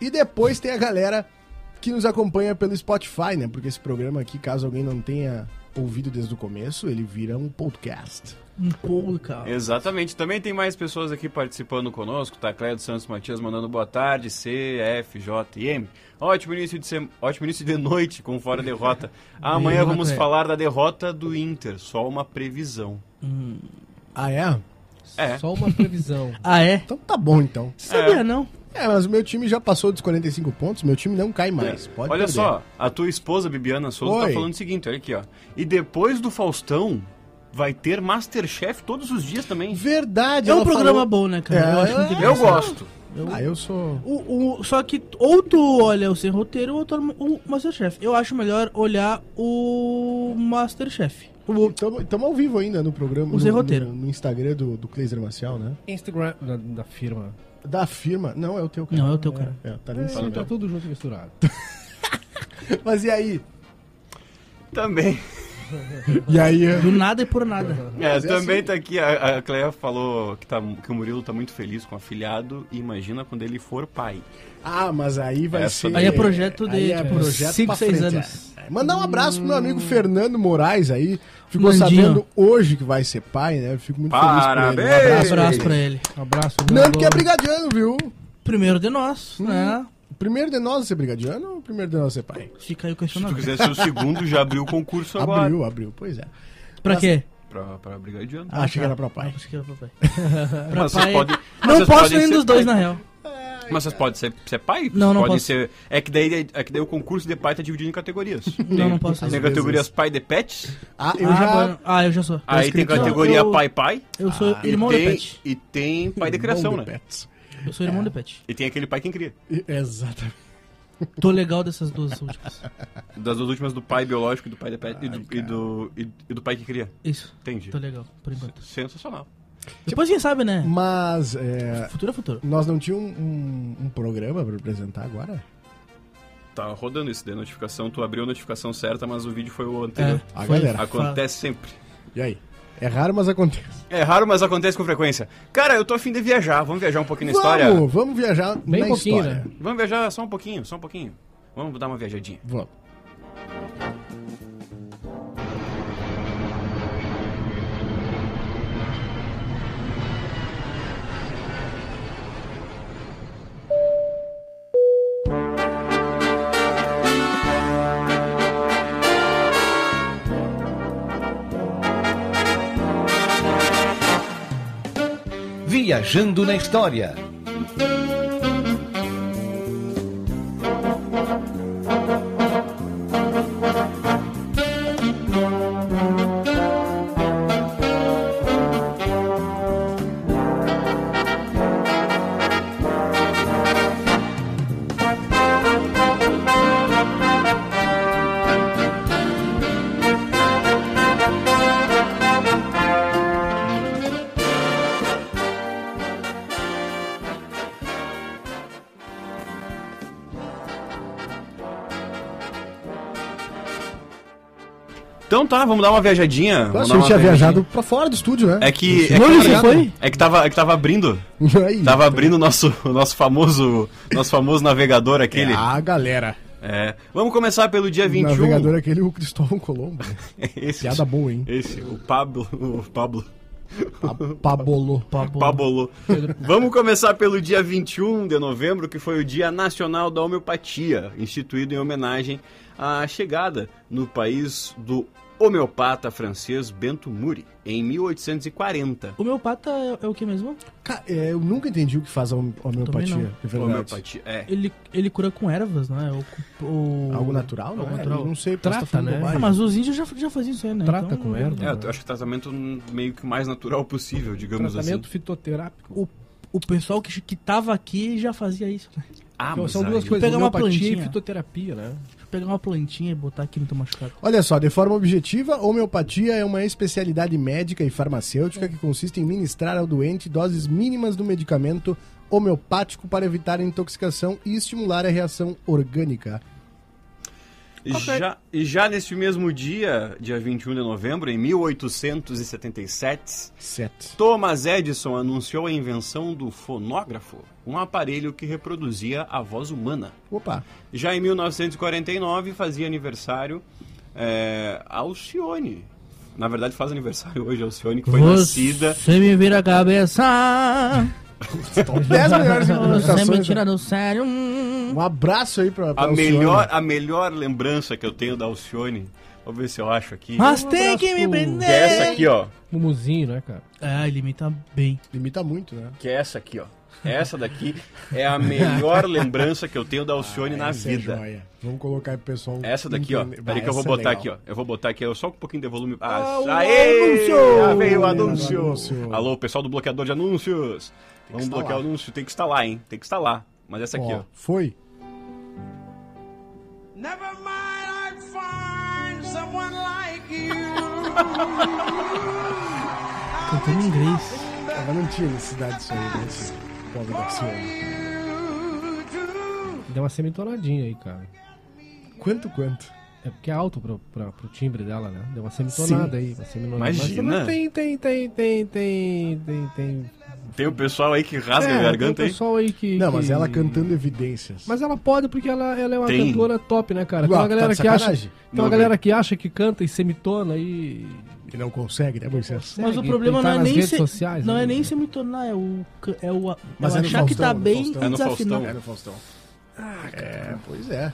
Speaker 1: e depois tem a galera que nos acompanha pelo Spotify, né? Porque esse programa aqui, caso alguém não tenha ouvido desde o começo, ele vira um podcast.
Speaker 3: Um pouco,
Speaker 1: Ah.
Speaker 3: cara.
Speaker 2: Exatamente. Também tem mais pessoas aqui participando conosco. Tá Cléo dos Santos Matias mandando boa tarde, C, F, J e M. Ótimo início de, sem... Ótimo início de noite com Fora Derrota. Amanhã
Speaker 3: Derrota,
Speaker 2: vamos
Speaker 3: é.
Speaker 2: falar da derrota do Inter. Só uma previsão.
Speaker 1: Ah, é?
Speaker 2: É.
Speaker 4: Só uma previsão.
Speaker 3: Ah, é?
Speaker 1: Então tá bom, então.
Speaker 3: Sabia, não?
Speaker 1: É, mas o meu time já passou dos 45 pontos, meu time não cai mais. Pode
Speaker 2: olha
Speaker 1: perder.
Speaker 2: só, a tua esposa, Bibiana Souza, tá
Speaker 1: Oi.
Speaker 2: falando o seguinte, olha aqui, ó. E depois do Faustão, vai ter Masterchef todos os dias também.
Speaker 1: Verdade,
Speaker 3: É um
Speaker 1: ela
Speaker 3: programa
Speaker 1: falou-
Speaker 3: bom, né, cara? eu
Speaker 1: É,
Speaker 3: acho muito
Speaker 2: Eu
Speaker 3: engraçado.
Speaker 2: gosto.
Speaker 1: Ah, eu sou.
Speaker 3: O, o- só que ou tu olha o Sem Roteiro ou tu olha o Masterchef. Eu acho melhor olhar o Masterchef.
Speaker 1: Estamos ao vivo ainda no programa.
Speaker 3: O Zé
Speaker 1: no,
Speaker 3: Roteiro.
Speaker 1: No, no Instagram do, do Cleiser Marcial, né?
Speaker 4: Instagram da, da firma.
Speaker 1: Da firma. Não, é o teu cara.
Speaker 3: Não, é o teu cara.
Speaker 1: É, tá ali em
Speaker 4: Sim,
Speaker 1: cima.
Speaker 4: tá tudo junto e misturado.
Speaker 1: Mas e aí?
Speaker 2: Também.
Speaker 1: E aí?
Speaker 3: Do nada e por nada.
Speaker 2: É,
Speaker 1: Mas é
Speaker 2: também
Speaker 1: assim.
Speaker 2: tá aqui, a, a Cleia falou que, tá, que o Murilo tá muito feliz com o afilhado e imagina quando ele for pai.
Speaker 1: Ah, mas aí vai
Speaker 2: Essa
Speaker 1: ser.
Speaker 2: daí
Speaker 3: Aí é projeto de
Speaker 1: Aí é
Speaker 3: tipo,
Speaker 1: projeto
Speaker 3: cinco,
Speaker 1: pra
Speaker 3: seis
Speaker 1: frente,
Speaker 3: anos.
Speaker 1: é. Mandar um abraço pro meu amigo Fernando Moraes aí. Ficou
Speaker 3: Nandinho.
Speaker 1: sabendo hoje que vai ser pai, né? Fico muito feliz por ele.
Speaker 2: Parabéns!
Speaker 1: Um abraço
Speaker 3: Abraço
Speaker 1: pra
Speaker 3: pra
Speaker 1: ele.
Speaker 3: ele.
Speaker 4: Um abraço.
Speaker 1: Nando que é
Speaker 4: Nando.
Speaker 1: brigadiano, viu?
Speaker 3: Primeiro de nós,
Speaker 2: Hum.
Speaker 3: né?
Speaker 1: Primeiro de nós é ser brigadiano ou primeiro de nós ser pai?
Speaker 3: Fica aí o
Speaker 2: Se tu
Speaker 3: questionamento.
Speaker 2: quiser ser o segundo, já abriu o concurso agora.
Speaker 1: Abriu, abriu, pois é.
Speaker 3: Pra quê?
Speaker 2: Pra, pra brigadiano.
Speaker 1: Ah, Achei que era pra pai.
Speaker 3: Acho que era pra pai.
Speaker 2: mas vocês
Speaker 3: pai-
Speaker 2: podem- mas
Speaker 3: Não
Speaker 2: vocês
Speaker 3: posso
Speaker 2: podem
Speaker 3: nenhum
Speaker 2: ser
Speaker 3: dos dois,
Speaker 2: pai.
Speaker 3: na real.
Speaker 2: Mas vocês podem ser, ser pai?
Speaker 3: Não, não
Speaker 2: podem
Speaker 3: posso.
Speaker 2: Ser, é, que daí, é que daí o concurso de pai tá dividido em categorias.
Speaker 3: Não, não posso.
Speaker 2: Tem
Speaker 1: vezes.
Speaker 2: categorias pai de pets,
Speaker 1: Ah, eu
Speaker 3: ah,
Speaker 1: já.
Speaker 3: agora- ah, eu já sou.
Speaker 2: aí tem
Speaker 1: escrito, não,
Speaker 2: categoria
Speaker 3: eu-
Speaker 2: pai-pai.
Speaker 3: Eu sou
Speaker 2: E
Speaker 3: irmão de
Speaker 2: tem-
Speaker 3: Ah, pet.
Speaker 2: E tem pai de
Speaker 1: Irmão
Speaker 2: criação,
Speaker 1: do
Speaker 2: né?
Speaker 1: Pets.
Speaker 3: Eu sou irmão de pet.
Speaker 2: E tem aquele pai quem cria.
Speaker 1: E- Exatamente.
Speaker 3: Tô legal dessas duas últimas.
Speaker 2: Das duas últimas do pai biológico e do pai de pet e do, e do, e, e do pai que cria.
Speaker 3: Isso.
Speaker 2: Entendi.
Speaker 3: Tô legal, por enquanto.
Speaker 2: Sensacional.
Speaker 3: Depois quem sabe, né?
Speaker 1: Mas é,
Speaker 3: Futuro é futuro.
Speaker 1: nós não tínhamos um, um- um programa pra apresentar agora?
Speaker 2: Tá rodando esse de notificação, tu abriu a notificação certa, mas o vídeo foi o anterior.
Speaker 1: A
Speaker 3: É, foi-
Speaker 1: galera.
Speaker 2: Acontece sempre.
Speaker 1: E aí? É raro, mas acontece.
Speaker 2: É raro, mas acontece com frequência. Cara, eu tô afim de viajar. Vamos viajar um pouquinho na história?
Speaker 1: Vamos, vamos viajar
Speaker 4: Bem
Speaker 1: na
Speaker 4: pouquinho,
Speaker 1: história.
Speaker 4: né?
Speaker 2: Vamos viajar só um pouquinho, só um pouquinho. Vamos dar uma viajadinha.
Speaker 1: Vamos.
Speaker 5: Viajando na História.
Speaker 2: Então tá, vamos dar uma viajadinha.
Speaker 1: Nossa,
Speaker 2: Vamos
Speaker 1: a
Speaker 2: dar
Speaker 1: gente
Speaker 2: uma
Speaker 1: tinha
Speaker 2: viajadinha.
Speaker 1: viajado pra fora do estúdio, né?
Speaker 2: É que. É
Speaker 1: Não,
Speaker 2: que,
Speaker 1: você
Speaker 2: tava-
Speaker 1: foi?
Speaker 2: é que tava, é que tava abrindo.
Speaker 1: Aí,
Speaker 2: Tava abrindo o nosso, o nosso famoso. Nosso famoso navegador aquele. um.
Speaker 1: Ah, galera.
Speaker 2: É. Vamos começar pelo dia 21.
Speaker 1: Navegador aquele, o Cristóvão Colombo.
Speaker 2: Esse,
Speaker 1: Piada boa, hein?
Speaker 2: esse, o Pablo. O Pablo.
Speaker 1: Pabolô.
Speaker 2: Pabolô. Vamos começar pelo dia 21 de novembro, que foi o Dia Nacional da Homeopatia, instituído em homenagem à chegada no país do homeopata francês Bento Muri, em 1840.
Speaker 3: O meu pata é, é o que mesmo?
Speaker 1: Cara, é, eu nunca entendi o que faz a hom- homeopatia.
Speaker 3: Também
Speaker 1: É verdade.
Speaker 2: Homeopatia, é.
Speaker 3: Ele, ele cura com ervas, não é? Ou com- ou-
Speaker 1: Algo natural, não
Speaker 3: Algo
Speaker 1: é?
Speaker 3: natural.
Speaker 1: Eu Não sei, posso tá
Speaker 4: Trata,
Speaker 1: falando
Speaker 4: né?
Speaker 3: Ah,
Speaker 1: bobagem.
Speaker 3: mas os índios já, já faziam isso aí, né?
Speaker 4: Trata
Speaker 3: Então,
Speaker 4: com erva.
Speaker 2: É, eu acho que o tratamento meio que o mais natural possível, digamos
Speaker 4: Tratamento
Speaker 2: assim.
Speaker 4: fitoterápico.
Speaker 3: O, o pessoal que, que tava aqui já fazia isso, né?
Speaker 2: Ah,
Speaker 4: Então,
Speaker 2: mas
Speaker 4: são duas
Speaker 2: aí-
Speaker 4: coisas,
Speaker 3: Pegar uma
Speaker 4: homeopatia e
Speaker 3: plantinha.
Speaker 4: fitoterapia, né?
Speaker 3: Pegar uma plantinha e botar aqui no teu machucado.
Speaker 1: Olha só, de forma objetiva, homeopatia é uma especialidade médica e farmacêutica que consiste em ministrar ao doente doses mínimas do medicamento homeopático para evitar a intoxicação e estimular a reação orgânica.
Speaker 2: Já, e já nesse mesmo dia, dia 21 de novembro, em 1877,
Speaker 1: Certo.
Speaker 2: Thomas Edison anunciou a invenção do fonógrafo, um aparelho que reproduzia a voz humana.
Speaker 1: Opa,
Speaker 2: Já em 1949 fazia aniversário é, Alcione. Na verdade faz aniversário hoje Alcione, que foi nascida.
Speaker 3: Você me vira a cabeça.
Speaker 1: 10 melhores
Speaker 3: Então, Você me
Speaker 1: implementações.
Speaker 3: tira do sério.
Speaker 1: Um abraço aí pra, pra
Speaker 2: A
Speaker 1: Alcione.
Speaker 2: melhor, a melhor lembrança que eu tenho da Alcione, vamos ver se eu acho aqui,
Speaker 1: Ah,
Speaker 3: Mas
Speaker 4: Um
Speaker 3: tem
Speaker 4: abraço
Speaker 3: que me
Speaker 4: pro-
Speaker 2: que é essa
Speaker 3: prender.
Speaker 2: aqui, ó.
Speaker 4: Mumuzinho, né, cara?
Speaker 3: Ah, ele me tá bem.
Speaker 1: Limita muito, né?
Speaker 2: que é essa aqui, ó. Essa daqui é a melhor lembrança que eu tenho da Alcione na
Speaker 1: Essa é
Speaker 2: vida.
Speaker 1: joia. Vamos colocar aí pro pessoal.
Speaker 2: essa daqui, ó.
Speaker 1: entender.
Speaker 2: Peraí
Speaker 1: Ah,
Speaker 2: que eu vou
Speaker 1: essa é
Speaker 2: botar
Speaker 1: legal.
Speaker 2: aqui, ó. Eu vou botar aqui, ó. Só um pouquinho de volume.
Speaker 3: Ah, o
Speaker 2: aê!
Speaker 3: anúncio!
Speaker 2: Já veio o
Speaker 1: Olha,
Speaker 2: anúncio!
Speaker 1: o anúncio.
Speaker 2: Alô, pessoal do bloqueador de anúncios. Vamos bloquear o anúncio. Tem que instalar, hein? Tem que instalar. Mas essa aqui, ó.
Speaker 1: Ó, foi.
Speaker 6: Never mind, I find someone like you.
Speaker 3: Cantando em inglês.
Speaker 1: Ela não tinha necessidade disso aí, desse pobre da senhora.
Speaker 4: Deu uma semitonadinha aí, cara.
Speaker 1: Quanto, quanto?
Speaker 4: É porque é alto pra, pra, pro timbre dela, né? Deu uma semitonada aí. Uma semitonada.
Speaker 2: Imagina.
Speaker 4: Mas também tem, tem, tem, tem, tem, tem.
Speaker 2: Tem o pessoal aí que
Speaker 1: É,
Speaker 2: rasga a garganta,
Speaker 4: tem um
Speaker 2: hein?
Speaker 4: pessoal aí que.
Speaker 1: Não, mas
Speaker 4: que-
Speaker 1: ela cantando evidências.
Speaker 4: Mas ela pode porque ela, ela é uma
Speaker 2: Tem.
Speaker 4: cantora top, né, cara?
Speaker 1: Ah,
Speaker 4: Tem uma
Speaker 1: tá
Speaker 4: galera
Speaker 1: de
Speaker 4: que acha.
Speaker 1: sacanagem.
Speaker 4: Tem uma
Speaker 2: Não,
Speaker 4: galera que acha que canta e semitona e.
Speaker 1: E não consegue, né, Moisés?
Speaker 3: Mas o
Speaker 4: Segue,
Speaker 3: problema não
Speaker 4: tem que
Speaker 3: é
Speaker 4: tá nas
Speaker 3: nem
Speaker 4: redes
Speaker 3: se,
Speaker 4: sociais,
Speaker 3: não
Speaker 4: né,
Speaker 3: é nem
Speaker 4: né?
Speaker 3: se me tornar, é o ca- é o, é
Speaker 1: Mas
Speaker 3: o
Speaker 1: é no
Speaker 3: achar que
Speaker 1: Faustão,
Speaker 3: tá
Speaker 1: é no
Speaker 3: bem
Speaker 1: Faustão.
Speaker 2: É
Speaker 3: e
Speaker 2: no
Speaker 3: desafinar.
Speaker 2: Faustão.
Speaker 1: É no Faustão. Ah, é, pois é.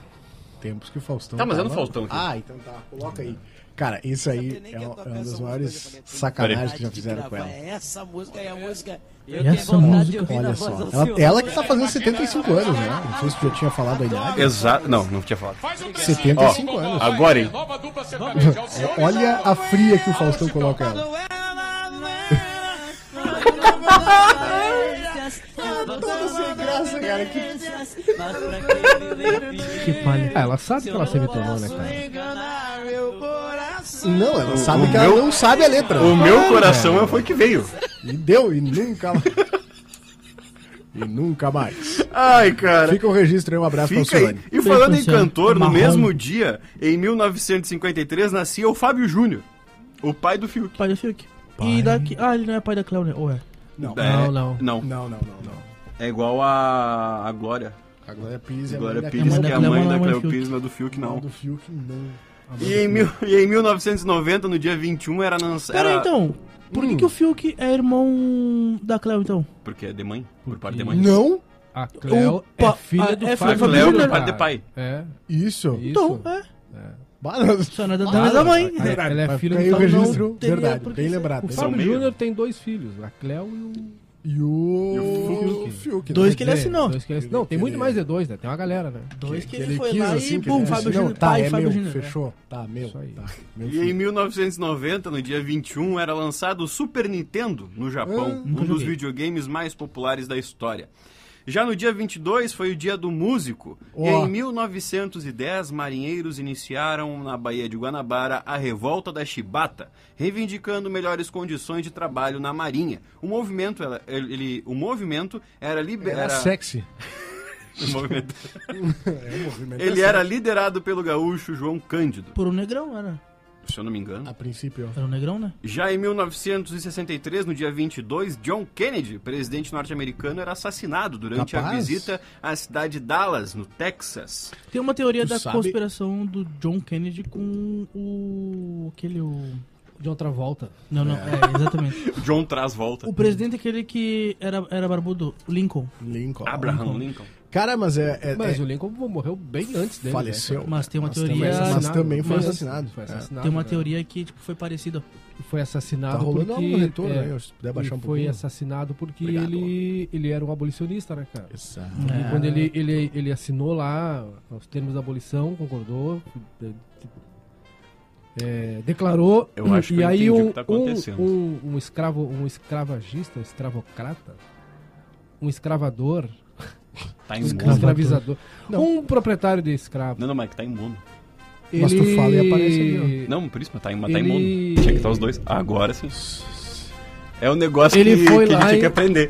Speaker 1: Tempos que o Faustão.
Speaker 2: Tá, mas é no
Speaker 1: tava-
Speaker 2: Faustão aqui.
Speaker 1: Ah, então tá. Coloca aí. Cara, isso aí é, um- é uma das maiores
Speaker 2: Peraí.
Speaker 1: sacanagens que já fizeram com ela.
Speaker 6: Essa música é a música.
Speaker 3: E essa música,
Speaker 1: Olha só. Ela, ela que tá fazendo 75 anos, né? Não sei se tu já tinha falado a idade.
Speaker 2: Exato. Não, não tinha falado.
Speaker 1: 75 anos. É,
Speaker 2: Agora, hein?
Speaker 1: Olha a fria que o Faustão coloca ela. Toda sem graça, cara. Que
Speaker 3: Que palha.
Speaker 4: Ah, ela sabe que ela semitonou, né, cara?
Speaker 1: Não, ela sabe
Speaker 2: O
Speaker 1: que ela
Speaker 2: meu-
Speaker 1: não sabe a letra.
Speaker 2: O meu coração é, foi que veio.
Speaker 1: E deu, e nunca mais. e nunca mais.
Speaker 2: Ai, cara.
Speaker 1: Fica o registro aí, um abraço pra
Speaker 2: Fica aí.
Speaker 1: Alcione.
Speaker 2: E falando em
Speaker 3: Luciano.
Speaker 2: cantor, no
Speaker 3: Marrom.
Speaker 2: mesmo dia, em 1953, nascia o Fábio Júnior, o pai do Fiuk.
Speaker 3: Pai da Fiuk. E daqui. Ah, ele não é pai da Cleo, né? Ou é?
Speaker 1: Não,
Speaker 2: É,
Speaker 3: não.
Speaker 2: Não,
Speaker 1: não, não, não. não.
Speaker 2: é igual a, a Glória.
Speaker 1: A Glória Pires é a mãe
Speaker 2: Glória
Speaker 1: da
Speaker 2: Pires,
Speaker 1: Cleo-
Speaker 2: que é a
Speaker 3: Cleo,
Speaker 2: mãe
Speaker 3: não
Speaker 2: da
Speaker 3: é mãe
Speaker 2: Cleo
Speaker 3: Fiuk.
Speaker 2: Pires, mas do Fiuk
Speaker 1: Não,
Speaker 2: não.
Speaker 1: do Fiuk, não.
Speaker 2: E em, mil, e em 1990, no dia 21, era... Nan-
Speaker 3: Pera
Speaker 2: era-
Speaker 3: aí, então. Por
Speaker 1: Hum.
Speaker 3: que, que o Fiuk é irmão da Cleo, então?
Speaker 2: Porque é de mãe, por
Speaker 4: Porque-
Speaker 2: parte de mãe.
Speaker 1: Não?
Speaker 4: A Cleo
Speaker 3: Opa,
Speaker 4: é filha
Speaker 3: a-
Speaker 4: do
Speaker 3: é filha
Speaker 4: Fábio
Speaker 3: do
Speaker 4: Júnior,
Speaker 2: Cleo, pai de
Speaker 4: cara.
Speaker 2: pai.
Speaker 4: É,
Speaker 1: Isso.
Speaker 4: isso.
Speaker 3: Então, é.
Speaker 1: Bah,
Speaker 3: Só nada
Speaker 1: Ah,
Speaker 3: da, da mãe.
Speaker 4: Ela- Ela é
Speaker 1: Vai
Speaker 4: filha
Speaker 1: ficar aí
Speaker 4: do
Speaker 1: o
Speaker 4: Fábio
Speaker 1: registro,
Speaker 3: teria
Speaker 1: verdade,
Speaker 3: por que
Speaker 1: bem
Speaker 3: ser.
Speaker 1: lembrado.
Speaker 4: O
Speaker 1: bem
Speaker 2: São
Speaker 4: Fábio
Speaker 2: meio.
Speaker 4: Júnior tem dois filhos, a Cleo e o
Speaker 1: E o.
Speaker 2: E o Fiuk.
Speaker 1: e o Fiuk, né?
Speaker 3: Dois que
Speaker 4: Quer
Speaker 3: ele
Speaker 4: dizer,
Speaker 3: assinou.
Speaker 4: dois que ele- Não, tem muito mais de dois, né? Tem uma galera, né?
Speaker 3: Dois que,
Speaker 1: Que
Speaker 3: ele, foi
Speaker 1: quis,
Speaker 3: lá
Speaker 1: assim,
Speaker 3: e
Speaker 1: que
Speaker 3: bum,
Speaker 1: ele
Speaker 3: Fábio
Speaker 1: disse,
Speaker 3: Júnior,
Speaker 1: Não, tá,
Speaker 3: pai,
Speaker 1: é
Speaker 3: Fábio
Speaker 1: meu,
Speaker 3: Júnior.
Speaker 1: fechou. Tá, meu.
Speaker 4: Isso aí.
Speaker 1: Tá, meu
Speaker 2: E em 1990, no dia 21, era lançado o Super Nintendo no Japão,
Speaker 1: Ah.
Speaker 2: um dos videogames mais populares da história. Já no dia 22 foi o dia do músico. E
Speaker 1: Ó.
Speaker 2: em 1910, marinheiros iniciaram na Baía de Guanabara a Revolta da Chibata, reivindicando melhores condições de trabalho na Marinha. O movimento era, ele- o movimento era
Speaker 1: Era
Speaker 2: liberado.
Speaker 1: sexy.
Speaker 2: ele era liderado pelo gaúcho João Cândido,
Speaker 3: Por um negrão, era.
Speaker 2: se eu não me engano.
Speaker 1: A princípio, ó.
Speaker 3: Era um negrão, né?
Speaker 2: Já em 1963, no dia 22, John Kennedy, presidente norte-americano, era assassinado durante a
Speaker 1: Rapaz.
Speaker 2: visita à cidade de Dallas, no Texas.
Speaker 3: Tem uma teoria
Speaker 1: Tu
Speaker 3: da
Speaker 1: sabe-
Speaker 3: conspiração do John Kennedy com o. aquele. O...
Speaker 4: De outra volta.
Speaker 3: Não, não, é, exatamente.
Speaker 2: John traz volta.
Speaker 3: O presidente é aquele que era, era barbudo, o Lincoln.
Speaker 1: Lincoln.
Speaker 2: Abraham Lincoln.
Speaker 1: Cara, mas é. é-
Speaker 4: Mas
Speaker 1: é-
Speaker 4: o Lincoln morreu bem antes dele. é né?
Speaker 1: faleceu.
Speaker 3: Mas tem uma
Speaker 1: também-
Speaker 3: teoria-
Speaker 1: mas também foi
Speaker 3: Mas-
Speaker 1: assassinado.
Speaker 4: Foi
Speaker 1: É.
Speaker 4: assassinado.
Speaker 3: Tem uma
Speaker 4: né?
Speaker 3: teoria que tipo, foi parecida.
Speaker 4: Foi assassinado
Speaker 1: Tá rolando
Speaker 4: porque...
Speaker 1: um retorno
Speaker 4: é,
Speaker 1: aí, ó, se puder baixar um
Speaker 4: ele Foi
Speaker 1: pouquinho.
Speaker 4: assassinado porque
Speaker 1: Obrigado.
Speaker 4: ele, ele era um abolicionista, né, cara?
Speaker 1: Exato.
Speaker 4: E quando ele, ele, ele assinou lá os termos da abolição, concordou, de- de- é, declarou.
Speaker 2: Eu acho que
Speaker 4: e
Speaker 2: eu
Speaker 4: aí
Speaker 2: entendi o
Speaker 4: um,
Speaker 2: que tá acontecendo.
Speaker 4: Um, um, um escravo, um escravagista, um escravocrata, um escravador,
Speaker 2: Tá
Speaker 4: um
Speaker 2: imundo.
Speaker 4: escravizador, um proprietário de escravo.
Speaker 2: Não, não, Mike, tá imundo.
Speaker 1: Mas tu
Speaker 4: ele-
Speaker 1: fala e aparece ali,
Speaker 2: Não, por isso, mas tá, im- tá
Speaker 4: Ele-
Speaker 2: imundo. Tinha que estar os dois. Agora sim. É o negócio
Speaker 4: Ele
Speaker 2: que,
Speaker 4: foi
Speaker 2: que a gente
Speaker 4: lá
Speaker 2: tinha
Speaker 4: e-
Speaker 2: que aprender.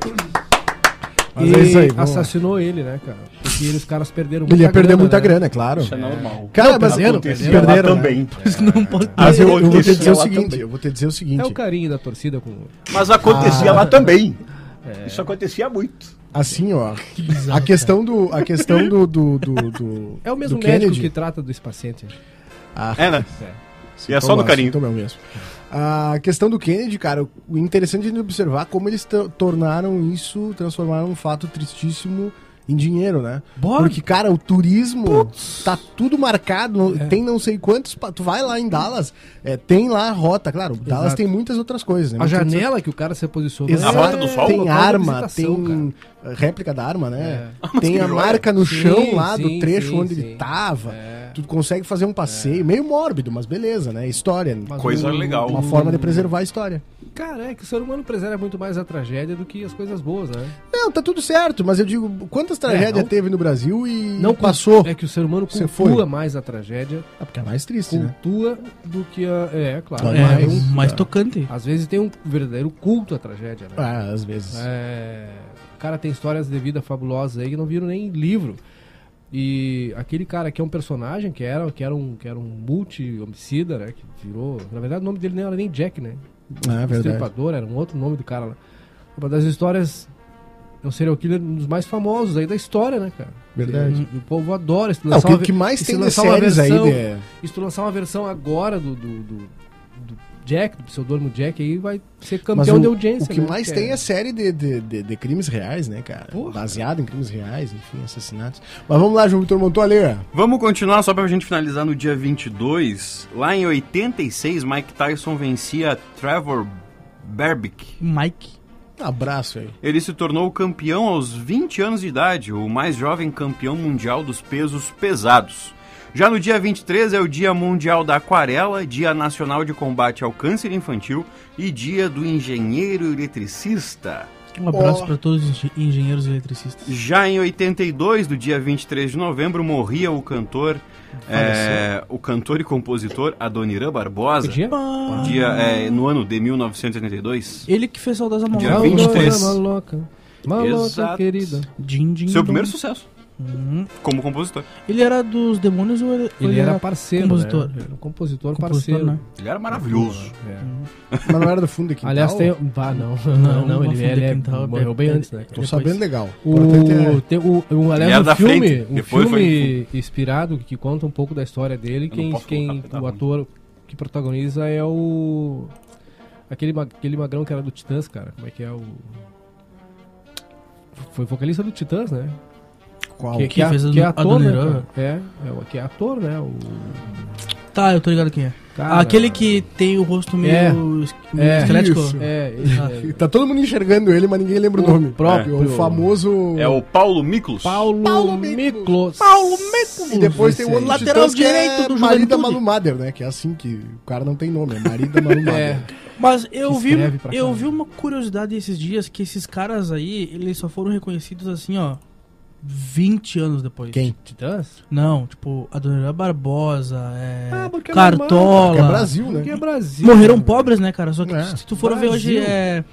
Speaker 1: Mas
Speaker 4: e
Speaker 1: é isso aí, vamos lá.
Speaker 4: assassinou ele, né, cara? Porque eles, os caras perderam
Speaker 1: Ele ia perder muita
Speaker 4: né?
Speaker 1: grana, é claro.
Speaker 2: Isso é normal.
Speaker 1: Cara, mas
Speaker 2: Aconteceu
Speaker 1: perderam, perderam,
Speaker 2: lá
Speaker 1: né?
Speaker 2: também. É.
Speaker 3: Não pode
Speaker 1: Mas eu, eu vou te
Speaker 2: Aconteceu
Speaker 1: dizer o
Speaker 2: lá
Speaker 1: seguinte,
Speaker 2: também.
Speaker 1: eu vou te dizer o
Speaker 4: É o
Speaker 1: seguinte.
Speaker 4: carinho da torcida com.
Speaker 2: Mas acontecia
Speaker 1: Ah.
Speaker 2: lá também. Isso acontecia muito.
Speaker 1: Assim, ó. A questão do. A questão do. do, do- do-
Speaker 4: É o mesmo
Speaker 1: do
Speaker 4: médico
Speaker 1: Kennedy.
Speaker 4: que trata desse paciente.
Speaker 1: Ah.
Speaker 2: É, né? E é só
Speaker 1: Então,
Speaker 2: no
Speaker 1: assim,
Speaker 2: carinho.
Speaker 1: Então é o mesmo. A questão do Kennedy, cara, o interessante de observar como eles tra- tornaram isso, transformaram um fato tristíssimo em dinheiro, né?
Speaker 3: Bora.
Speaker 1: Porque, cara, o turismo tá tudo marcado, tem não sei quantos. pa- Tu vai lá em Dallas, é, tem lá a rota, claro. Dallas tem muitas outras coisas, né?
Speaker 4: A
Speaker 1: Muitas
Speaker 4: janela que o cara se posicionou.
Speaker 1: Exato.
Speaker 2: A Rota do Sol?
Speaker 1: Tem
Speaker 4: Local de
Speaker 1: arma,
Speaker 4: visitação, É.
Speaker 1: tem eh, réplica da arma, né?
Speaker 2: Ah, mas
Speaker 1: Tem
Speaker 2: que
Speaker 1: a
Speaker 2: joia.
Speaker 1: marca no
Speaker 4: Sim,
Speaker 1: chão lá
Speaker 4: sim,
Speaker 1: do trecho
Speaker 4: sim,
Speaker 1: onde
Speaker 4: sim.
Speaker 1: ele tava.
Speaker 4: É.
Speaker 1: Tu consegue fazer um passeio meio mórbido, mas beleza, né? História. É
Speaker 2: Coisa legal.
Speaker 4: um
Speaker 1: Uma forma de preservar a história.
Speaker 4: Cara, é que o ser humano preserva muito mais a tragédia do que as coisas boas, né?
Speaker 1: Não, tá tudo certo, mas eu digo, quantas tragédias
Speaker 4: É, não-
Speaker 1: teve no Brasil e não
Speaker 4: cu-
Speaker 1: passou?
Speaker 4: É que o ser humano
Speaker 1: Oh, Você foi.
Speaker 4: cultua mais a tragédia,
Speaker 1: Ah, porque é mais triste, né?
Speaker 4: cultua do que a. É, claro.
Speaker 1: Mas-
Speaker 3: É,
Speaker 4: Então,
Speaker 3: mais tocante.
Speaker 4: às vezes tem um verdadeiro culto à tragédia, né?
Speaker 1: Ah, às vezes.
Speaker 4: É, o cara tem histórias de vida fabulosas aí que não viram nem livro. E aquele cara que é um personagem, que era, que era um, que era um multi-homicida, né? Que virou. Na verdade, o nome dele nem era nem Jack, né?
Speaker 1: Ah, é verdade.
Speaker 4: Estripador, era um outro nome do cara lá. Uma das histórias. É um serial killer um dos mais famosos aí da história, né, cara?
Speaker 1: Verdade.
Speaker 4: E, o povo adora. Se tu
Speaker 1: Não,
Speaker 4: lançar
Speaker 1: o
Speaker 4: uma
Speaker 1: que,
Speaker 4: ve-
Speaker 1: que mais
Speaker 4: se
Speaker 1: tem de
Speaker 4: lançar uma
Speaker 1: séries aí né?
Speaker 4: versão-
Speaker 1: de...
Speaker 4: e se tu lançar uma versão agora do, do, do- do Jack, do pseudônimo Jack, aí vai ser
Speaker 1: Mas
Speaker 4: campeão
Speaker 1: o,
Speaker 4: de audiência.
Speaker 1: o que
Speaker 4: né?
Speaker 1: mais
Speaker 4: Porque
Speaker 1: tem é série de, de, de- de crimes reais, né, cara?
Speaker 4: Porra.
Speaker 1: Baseado em crimes reais, enfim, assassinatos. Mas vamos lá, João Vitor Montoya.
Speaker 2: Vamos continuar só pra gente finalizar no dia 22. Lá em 86, Mike Tyson vencia Trevor Berbick.
Speaker 3: Mike.
Speaker 1: Abraço aí.
Speaker 2: Ele se tornou campeão aos 20 anos de idade, o mais jovem campeão mundial dos pesos pesados. Já no dia 23 é o Dia Mundial da Aquarela, Dia Nacional de Combate ao Câncer Infantil e Dia do Engenheiro Eletricista.
Speaker 3: Um abraço
Speaker 1: Ó.
Speaker 3: pra todos os engen- engenheiros eletricistas.
Speaker 2: Já em 82, do dia 23 de novembro, morria o cantor, é, o cantor e compositor Adoniran Barbosa.
Speaker 4: Podia?
Speaker 2: Dia, é, no ano de 1982.
Speaker 3: Ele que fez Saudosa Mão.
Speaker 2: Dia 23.
Speaker 4: Maloca, maloca
Speaker 2: Exato.
Speaker 4: querida.
Speaker 3: Din, din,
Speaker 2: Seu
Speaker 3: dum.
Speaker 2: primeiro então, sucesso
Speaker 3: Hum.
Speaker 2: como compositor.
Speaker 3: Ele era dos demônios ou ele, ou
Speaker 4: Ele era parceiro,
Speaker 3: compositor.
Speaker 4: né? Ele era um compositor,
Speaker 3: Compositor,
Speaker 4: parceiro.
Speaker 3: né?
Speaker 2: Ele era maravilhoso.
Speaker 4: É.
Speaker 1: Mas não era do fundo aqui.
Speaker 4: Aliás, tem... Vá, não. Não, não,
Speaker 3: não,
Speaker 4: ele,
Speaker 3: não,
Speaker 4: ele é-
Speaker 3: quintal,
Speaker 4: morreu bem
Speaker 3: é-
Speaker 4: antes, né?
Speaker 3: é-
Speaker 1: Tô
Speaker 3: depois.
Speaker 1: sabendo legal.
Speaker 4: O,
Speaker 1: Importante
Speaker 4: tem o, um,
Speaker 2: Ele é
Speaker 4: aliás, um
Speaker 2: da
Speaker 4: filme,
Speaker 2: frente,
Speaker 4: um
Speaker 2: depois foi
Speaker 4: filme inspirado que conta um pouco da história dele.
Speaker 2: não
Speaker 4: Quem,
Speaker 2: posso
Speaker 4: quem
Speaker 2: colocar, porque tá
Speaker 4: o
Speaker 2: ruim.
Speaker 4: ator que protagoniza é o. Aquele, ma- aquele magrão que era do Titãs, cara. Como é que é o. Foi vocalista do Titãs, né?
Speaker 1: é Qual?
Speaker 4: Que, que,
Speaker 3: que
Speaker 4: a-
Speaker 3: fez
Speaker 4: que é
Speaker 3: a
Speaker 4: ator, né?
Speaker 3: Adoniran.
Speaker 4: cara? É, é, o- que é ator, né? O,
Speaker 3: Tá, eu tô ligado quem é.
Speaker 4: Cara,
Speaker 3: Aquele que tem o rosto meio,
Speaker 4: É.
Speaker 3: es- meio
Speaker 4: É,
Speaker 3: esquelético.
Speaker 1: isso.
Speaker 4: É, ele-
Speaker 3: Ah.
Speaker 4: é,
Speaker 1: E Tá todo mundo enxergando ele, mas ninguém lembra o, nome.
Speaker 4: próprio-
Speaker 1: O famoso.
Speaker 2: É o Paulo Miklos.
Speaker 4: Paulo,
Speaker 1: Paulo
Speaker 4: Miklos.
Speaker 3: Paulo Miklos.
Speaker 1: E depois tem o
Speaker 4: Esse
Speaker 1: outro
Speaker 4: aí.
Speaker 3: Lateral
Speaker 1: Titãs que
Speaker 3: direito
Speaker 1: é
Speaker 3: do
Speaker 1: Marida
Speaker 3: Juventude.
Speaker 1: Malu Mader, né? Que é assim que o cara não tem nome, é Marida Malu Mader.
Speaker 4: É.
Speaker 3: Mas eu
Speaker 4: Que
Speaker 3: vi,
Speaker 4: escreve pra
Speaker 3: eu
Speaker 4: caramba.
Speaker 3: vi uma curiosidade esses dias que esses caras aí, eles só foram reconhecidos assim, ó, 20 anos depois.
Speaker 1: Quem?
Speaker 4: Titãs?
Speaker 3: Não, tipo, Adoniran Barbosa, é,
Speaker 4: Ah, porque é
Speaker 3: Cartola.
Speaker 1: Que é Brasil,
Speaker 4: Que
Speaker 1: né?
Speaker 4: é Brasil.
Speaker 3: Morreram pobres, né, cara? Só que
Speaker 1: É.
Speaker 3: se tu for ver hoje
Speaker 4: Brasil.
Speaker 3: é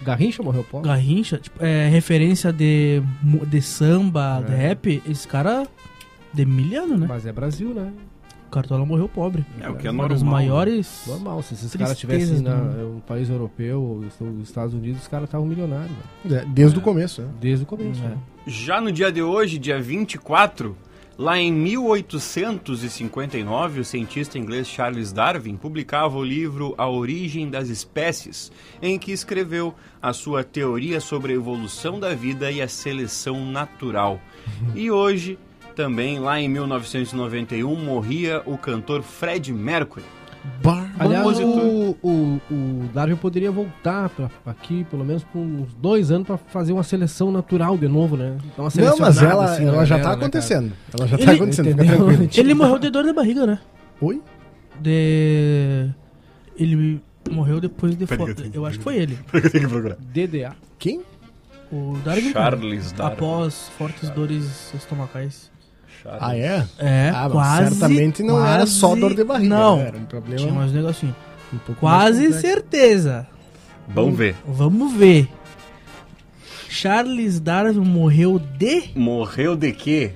Speaker 4: Garrincha morreu pobre.
Speaker 3: Garrincha, tipo, é referência de, mu- de samba, de rap, esses caras de miliano, né?
Speaker 4: É. Mas é Brasil, né?
Speaker 3: Cartola morreu pobre.
Speaker 2: É, o que é
Speaker 3: Uma das
Speaker 2: normal,
Speaker 3: maiores.
Speaker 4: Normal, se esses
Speaker 3: Tristezas
Speaker 4: caras tivessem
Speaker 3: do
Speaker 4: na,
Speaker 3: mundo.
Speaker 4: um país europeu, os- os Estados Unidos, os caras estavam milionários, né?
Speaker 1: É, Desde o começo, né?
Speaker 4: desde o começo.
Speaker 3: É.
Speaker 4: né?
Speaker 2: Já no dia de hoje, dia 24, lá em 1859, o cientista inglês Charles Darwin publicava o livro A Origem das Espécies, em que escreveu a sua teoria sobre a evolução da vida e a seleção natural. E hoje, também lá em 1991, morria o cantor Fred Mercury.
Speaker 4: Aliás, o,
Speaker 2: compositor.
Speaker 4: o, o Darwin poderia voltar pra, pra aqui, pelo menos por uns dois anos, pra fazer uma seleção natural de novo, né? Dar uma
Speaker 1: Não, mas
Speaker 4: selecionada,
Speaker 1: ela,
Speaker 4: assim,
Speaker 1: ela
Speaker 4: na
Speaker 1: já
Speaker 4: galera,
Speaker 1: tá
Speaker 4: né,
Speaker 1: acontecendo. Ela já tá
Speaker 3: Ele-
Speaker 1: acontecendo, fica
Speaker 4: entendeu?
Speaker 1: tranquilo.
Speaker 3: Ele morreu de dor na barriga, né?
Speaker 1: Oi?
Speaker 3: De. Ele morreu depois de.
Speaker 2: Peraí
Speaker 3: Fo...
Speaker 2: que eu tenho que
Speaker 3: Eu acho que foi ele.
Speaker 4: cara? DDA.
Speaker 1: Quem?
Speaker 3: O Darwin. cara.
Speaker 2: Charles Darwin.
Speaker 3: Após fortes dores estomacais.
Speaker 2: Charles.
Speaker 1: Ah, é?
Speaker 3: É,
Speaker 1: Ah, mas
Speaker 3: quase.
Speaker 1: certamente não era só
Speaker 3: quase-
Speaker 1: dor de barriga.
Speaker 3: Não,
Speaker 1: né? Era um
Speaker 3: tinha
Speaker 1: problema.
Speaker 3: mais um negocinho.
Speaker 1: um pouco
Speaker 3: Quase
Speaker 1: mais complexo.
Speaker 3: certeza.
Speaker 2: Vamos ver.
Speaker 3: Vamos ver. Charles Darwin morreu de.
Speaker 2: Morreu de quê?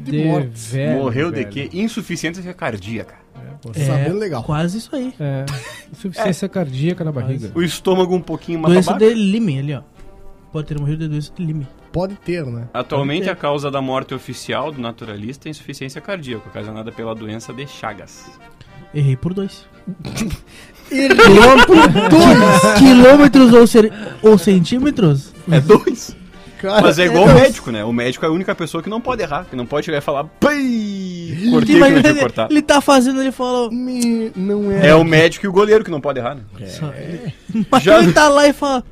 Speaker 4: De
Speaker 1: mortes.
Speaker 4: velho,
Speaker 2: Morreu
Speaker 4: velho.
Speaker 2: de quê? Insuficiência cardíaca.
Speaker 1: Pô, Sabendo é legal.
Speaker 3: é, Quase isso aí.
Speaker 4: É, insuficiência cardíaca na barriga.
Speaker 2: O estômago um pouquinho mais
Speaker 3: doença
Speaker 2: abaixo.
Speaker 3: de Lyme, ali, ó. Pode ter morrido de doença de Lyme.
Speaker 1: Pode ter, né?
Speaker 2: Atualmente,
Speaker 3: Pode
Speaker 2: a causa da morte oficial do naturalista é insuficiência cardíaca, ocasionada pela doença de Chagas.
Speaker 3: Errei por dois. Quilômetros, quilômetros ou, cer- ou centímetros?
Speaker 2: É dois?
Speaker 1: Cara,
Speaker 2: Mas é igual
Speaker 1: eu-
Speaker 2: o médico, né? O médico é a única pessoa que não pode errar, que não pode chegar e falar PEI! Cortei que
Speaker 3: Imagina
Speaker 2: não
Speaker 3: ele,
Speaker 2: tinha cortar.
Speaker 3: ele tá fazendo, ele falou.
Speaker 1: Me- Não é.
Speaker 2: É o médico e o goleiro que não pode errar, né?
Speaker 3: só- Mas
Speaker 2: Já-
Speaker 3: ele tá lá e fala.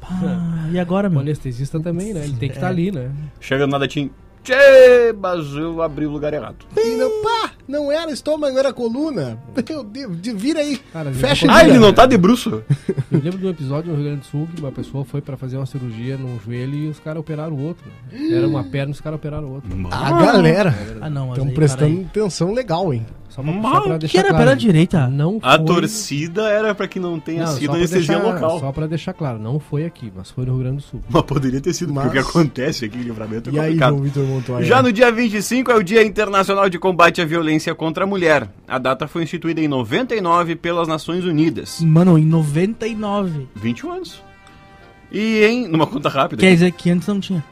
Speaker 3: "Pá, e agora,
Speaker 4: O
Speaker 3: meu?
Speaker 4: anestesista também, né? Ele tem que estar
Speaker 3: É.
Speaker 4: ali, né?
Speaker 2: Chega no nada Tchê, mas eu abri o lugar errado.
Speaker 1: E não, pá, não era estômago, era coluna. Meu Deus, de- vira aí.
Speaker 4: Cara,
Speaker 1: Fecha
Speaker 4: eu-
Speaker 2: Ah, ele
Speaker 1: vira.
Speaker 2: não tá de bruxo?
Speaker 4: Eu lembro de um episódio no Rio Grande do Sul que uma pessoa foi pra fazer uma cirurgia num joelho e os caras operaram o outro. né? Era uma perna e os caras operaram o outro.
Speaker 1: A galera.
Speaker 3: Ah, não, mas
Speaker 1: Estão
Speaker 3: aí,
Speaker 1: prestando
Speaker 3: cara,
Speaker 1: atenção legal, hein?
Speaker 4: Só pra,
Speaker 2: Mal
Speaker 4: só pra
Speaker 3: aí-
Speaker 4: deixar
Speaker 3: Que era
Speaker 4: claro.
Speaker 3: pela direita.
Speaker 4: Não
Speaker 2: A
Speaker 4: foi-
Speaker 2: torcida era pra que não tenha
Speaker 4: Não, só
Speaker 2: sido
Speaker 4: pra
Speaker 2: anestesia
Speaker 4: deixar-
Speaker 2: local.
Speaker 4: Só pra deixar claro, não foi aqui, mas foi no Rio Grande do Sul.
Speaker 2: Mas poderia ter sido, porque o
Speaker 1: Mas-
Speaker 2: que acontece aqui em livramento é
Speaker 1: E aí,
Speaker 2: complicado.
Speaker 1: João Vitor Montoya?
Speaker 2: Já no dia 25 é o Dia Internacional de Combate à Violência contra a Mulher. A data foi instituída em 99 pelas Nações Unidas.
Speaker 3: Mano, em 99.
Speaker 2: 21 anos. E em. numa conta rápida.
Speaker 3: Quer dizer que antes não tinha.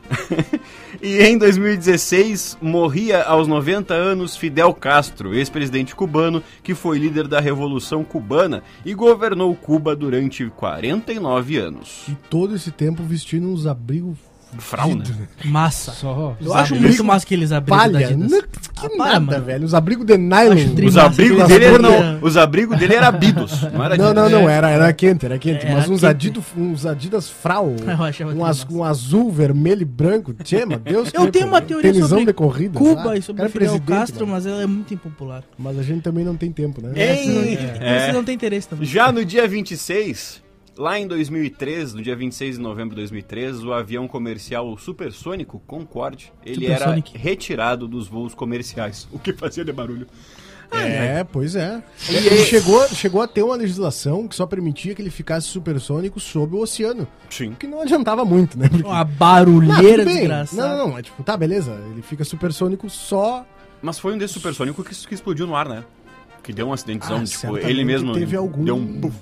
Speaker 2: E em 2016 morria aos 90 anos Fidel Castro, ex-presidente cubano que foi líder da Revolução Cubana e governou Cuba durante 49 anos.
Speaker 1: E todo esse tempo vestindo uns abrigos.
Speaker 2: Frau, né?
Speaker 3: Massa.
Speaker 4: Só.
Speaker 3: Eu acho muito massa que eles abriram da
Speaker 1: Palha.
Speaker 3: Adidas.
Speaker 1: Não, que
Speaker 3: Ah, para,
Speaker 1: nada,
Speaker 3: mano.
Speaker 1: velho. Os abrigos de nylon.
Speaker 3: tri-
Speaker 2: Os
Speaker 3: Massa,
Speaker 2: abrigos
Speaker 3: aquelas
Speaker 2: dele eram.
Speaker 3: bolhas.
Speaker 2: não, Os abrigos dele eram Bidos, não era
Speaker 1: Não,
Speaker 2: Adidas.
Speaker 1: não, não, era, era quente, era quente.
Speaker 3: Era
Speaker 1: mas uns,
Speaker 3: quente.
Speaker 1: Adidas, uns Adidas Frau,
Speaker 3: Eu achava
Speaker 1: um, az-
Speaker 3: que era
Speaker 1: um azul, vermelho e branco. Tchê, meu Deus.
Speaker 3: Eu
Speaker 1: que
Speaker 3: tenho uma
Speaker 1: pariu.
Speaker 3: teoria
Speaker 1: É, Tenisão
Speaker 3: sobre
Speaker 1: de corrida,
Speaker 3: Cuba
Speaker 1: sabe?
Speaker 3: e sobre
Speaker 1: Cara, é
Speaker 3: Fidel
Speaker 1: presidente,
Speaker 3: Castro,
Speaker 1: mano.
Speaker 3: mas ela é muito impopular.
Speaker 1: Mas a gente também não tem tempo, né?
Speaker 3: É,
Speaker 2: Em-
Speaker 3: Você não tem interesse também.
Speaker 2: Já no dia 26, lá em 2003, no dia 26 de novembro de 2003, o avião comercial supersônico Concorde, ele era
Speaker 3: Supersonic.
Speaker 2: retirado dos voos comerciais, o que fazia de barulho.
Speaker 1: É, pois é. Ele chegou, chegou a ter uma legislação que só permitia que ele ficasse supersônico sob o oceano.
Speaker 2: Sim.
Speaker 1: O que não adiantava muito, né? Porque...
Speaker 3: Uma
Speaker 1: Ah,
Speaker 3: barulheira
Speaker 1: tudo bem.
Speaker 3: desgraçada.
Speaker 1: Não, não, não. É tipo, tá, beleza. Ele fica supersônico só.
Speaker 2: Mas foi um desses supersônicos que, que explodiu no ar, né? Que deu um acidentezão,
Speaker 1: Ah,
Speaker 2: tipo,
Speaker 1: certamente
Speaker 2: ele mesmo
Speaker 1: teve algum-
Speaker 2: deu um... puff.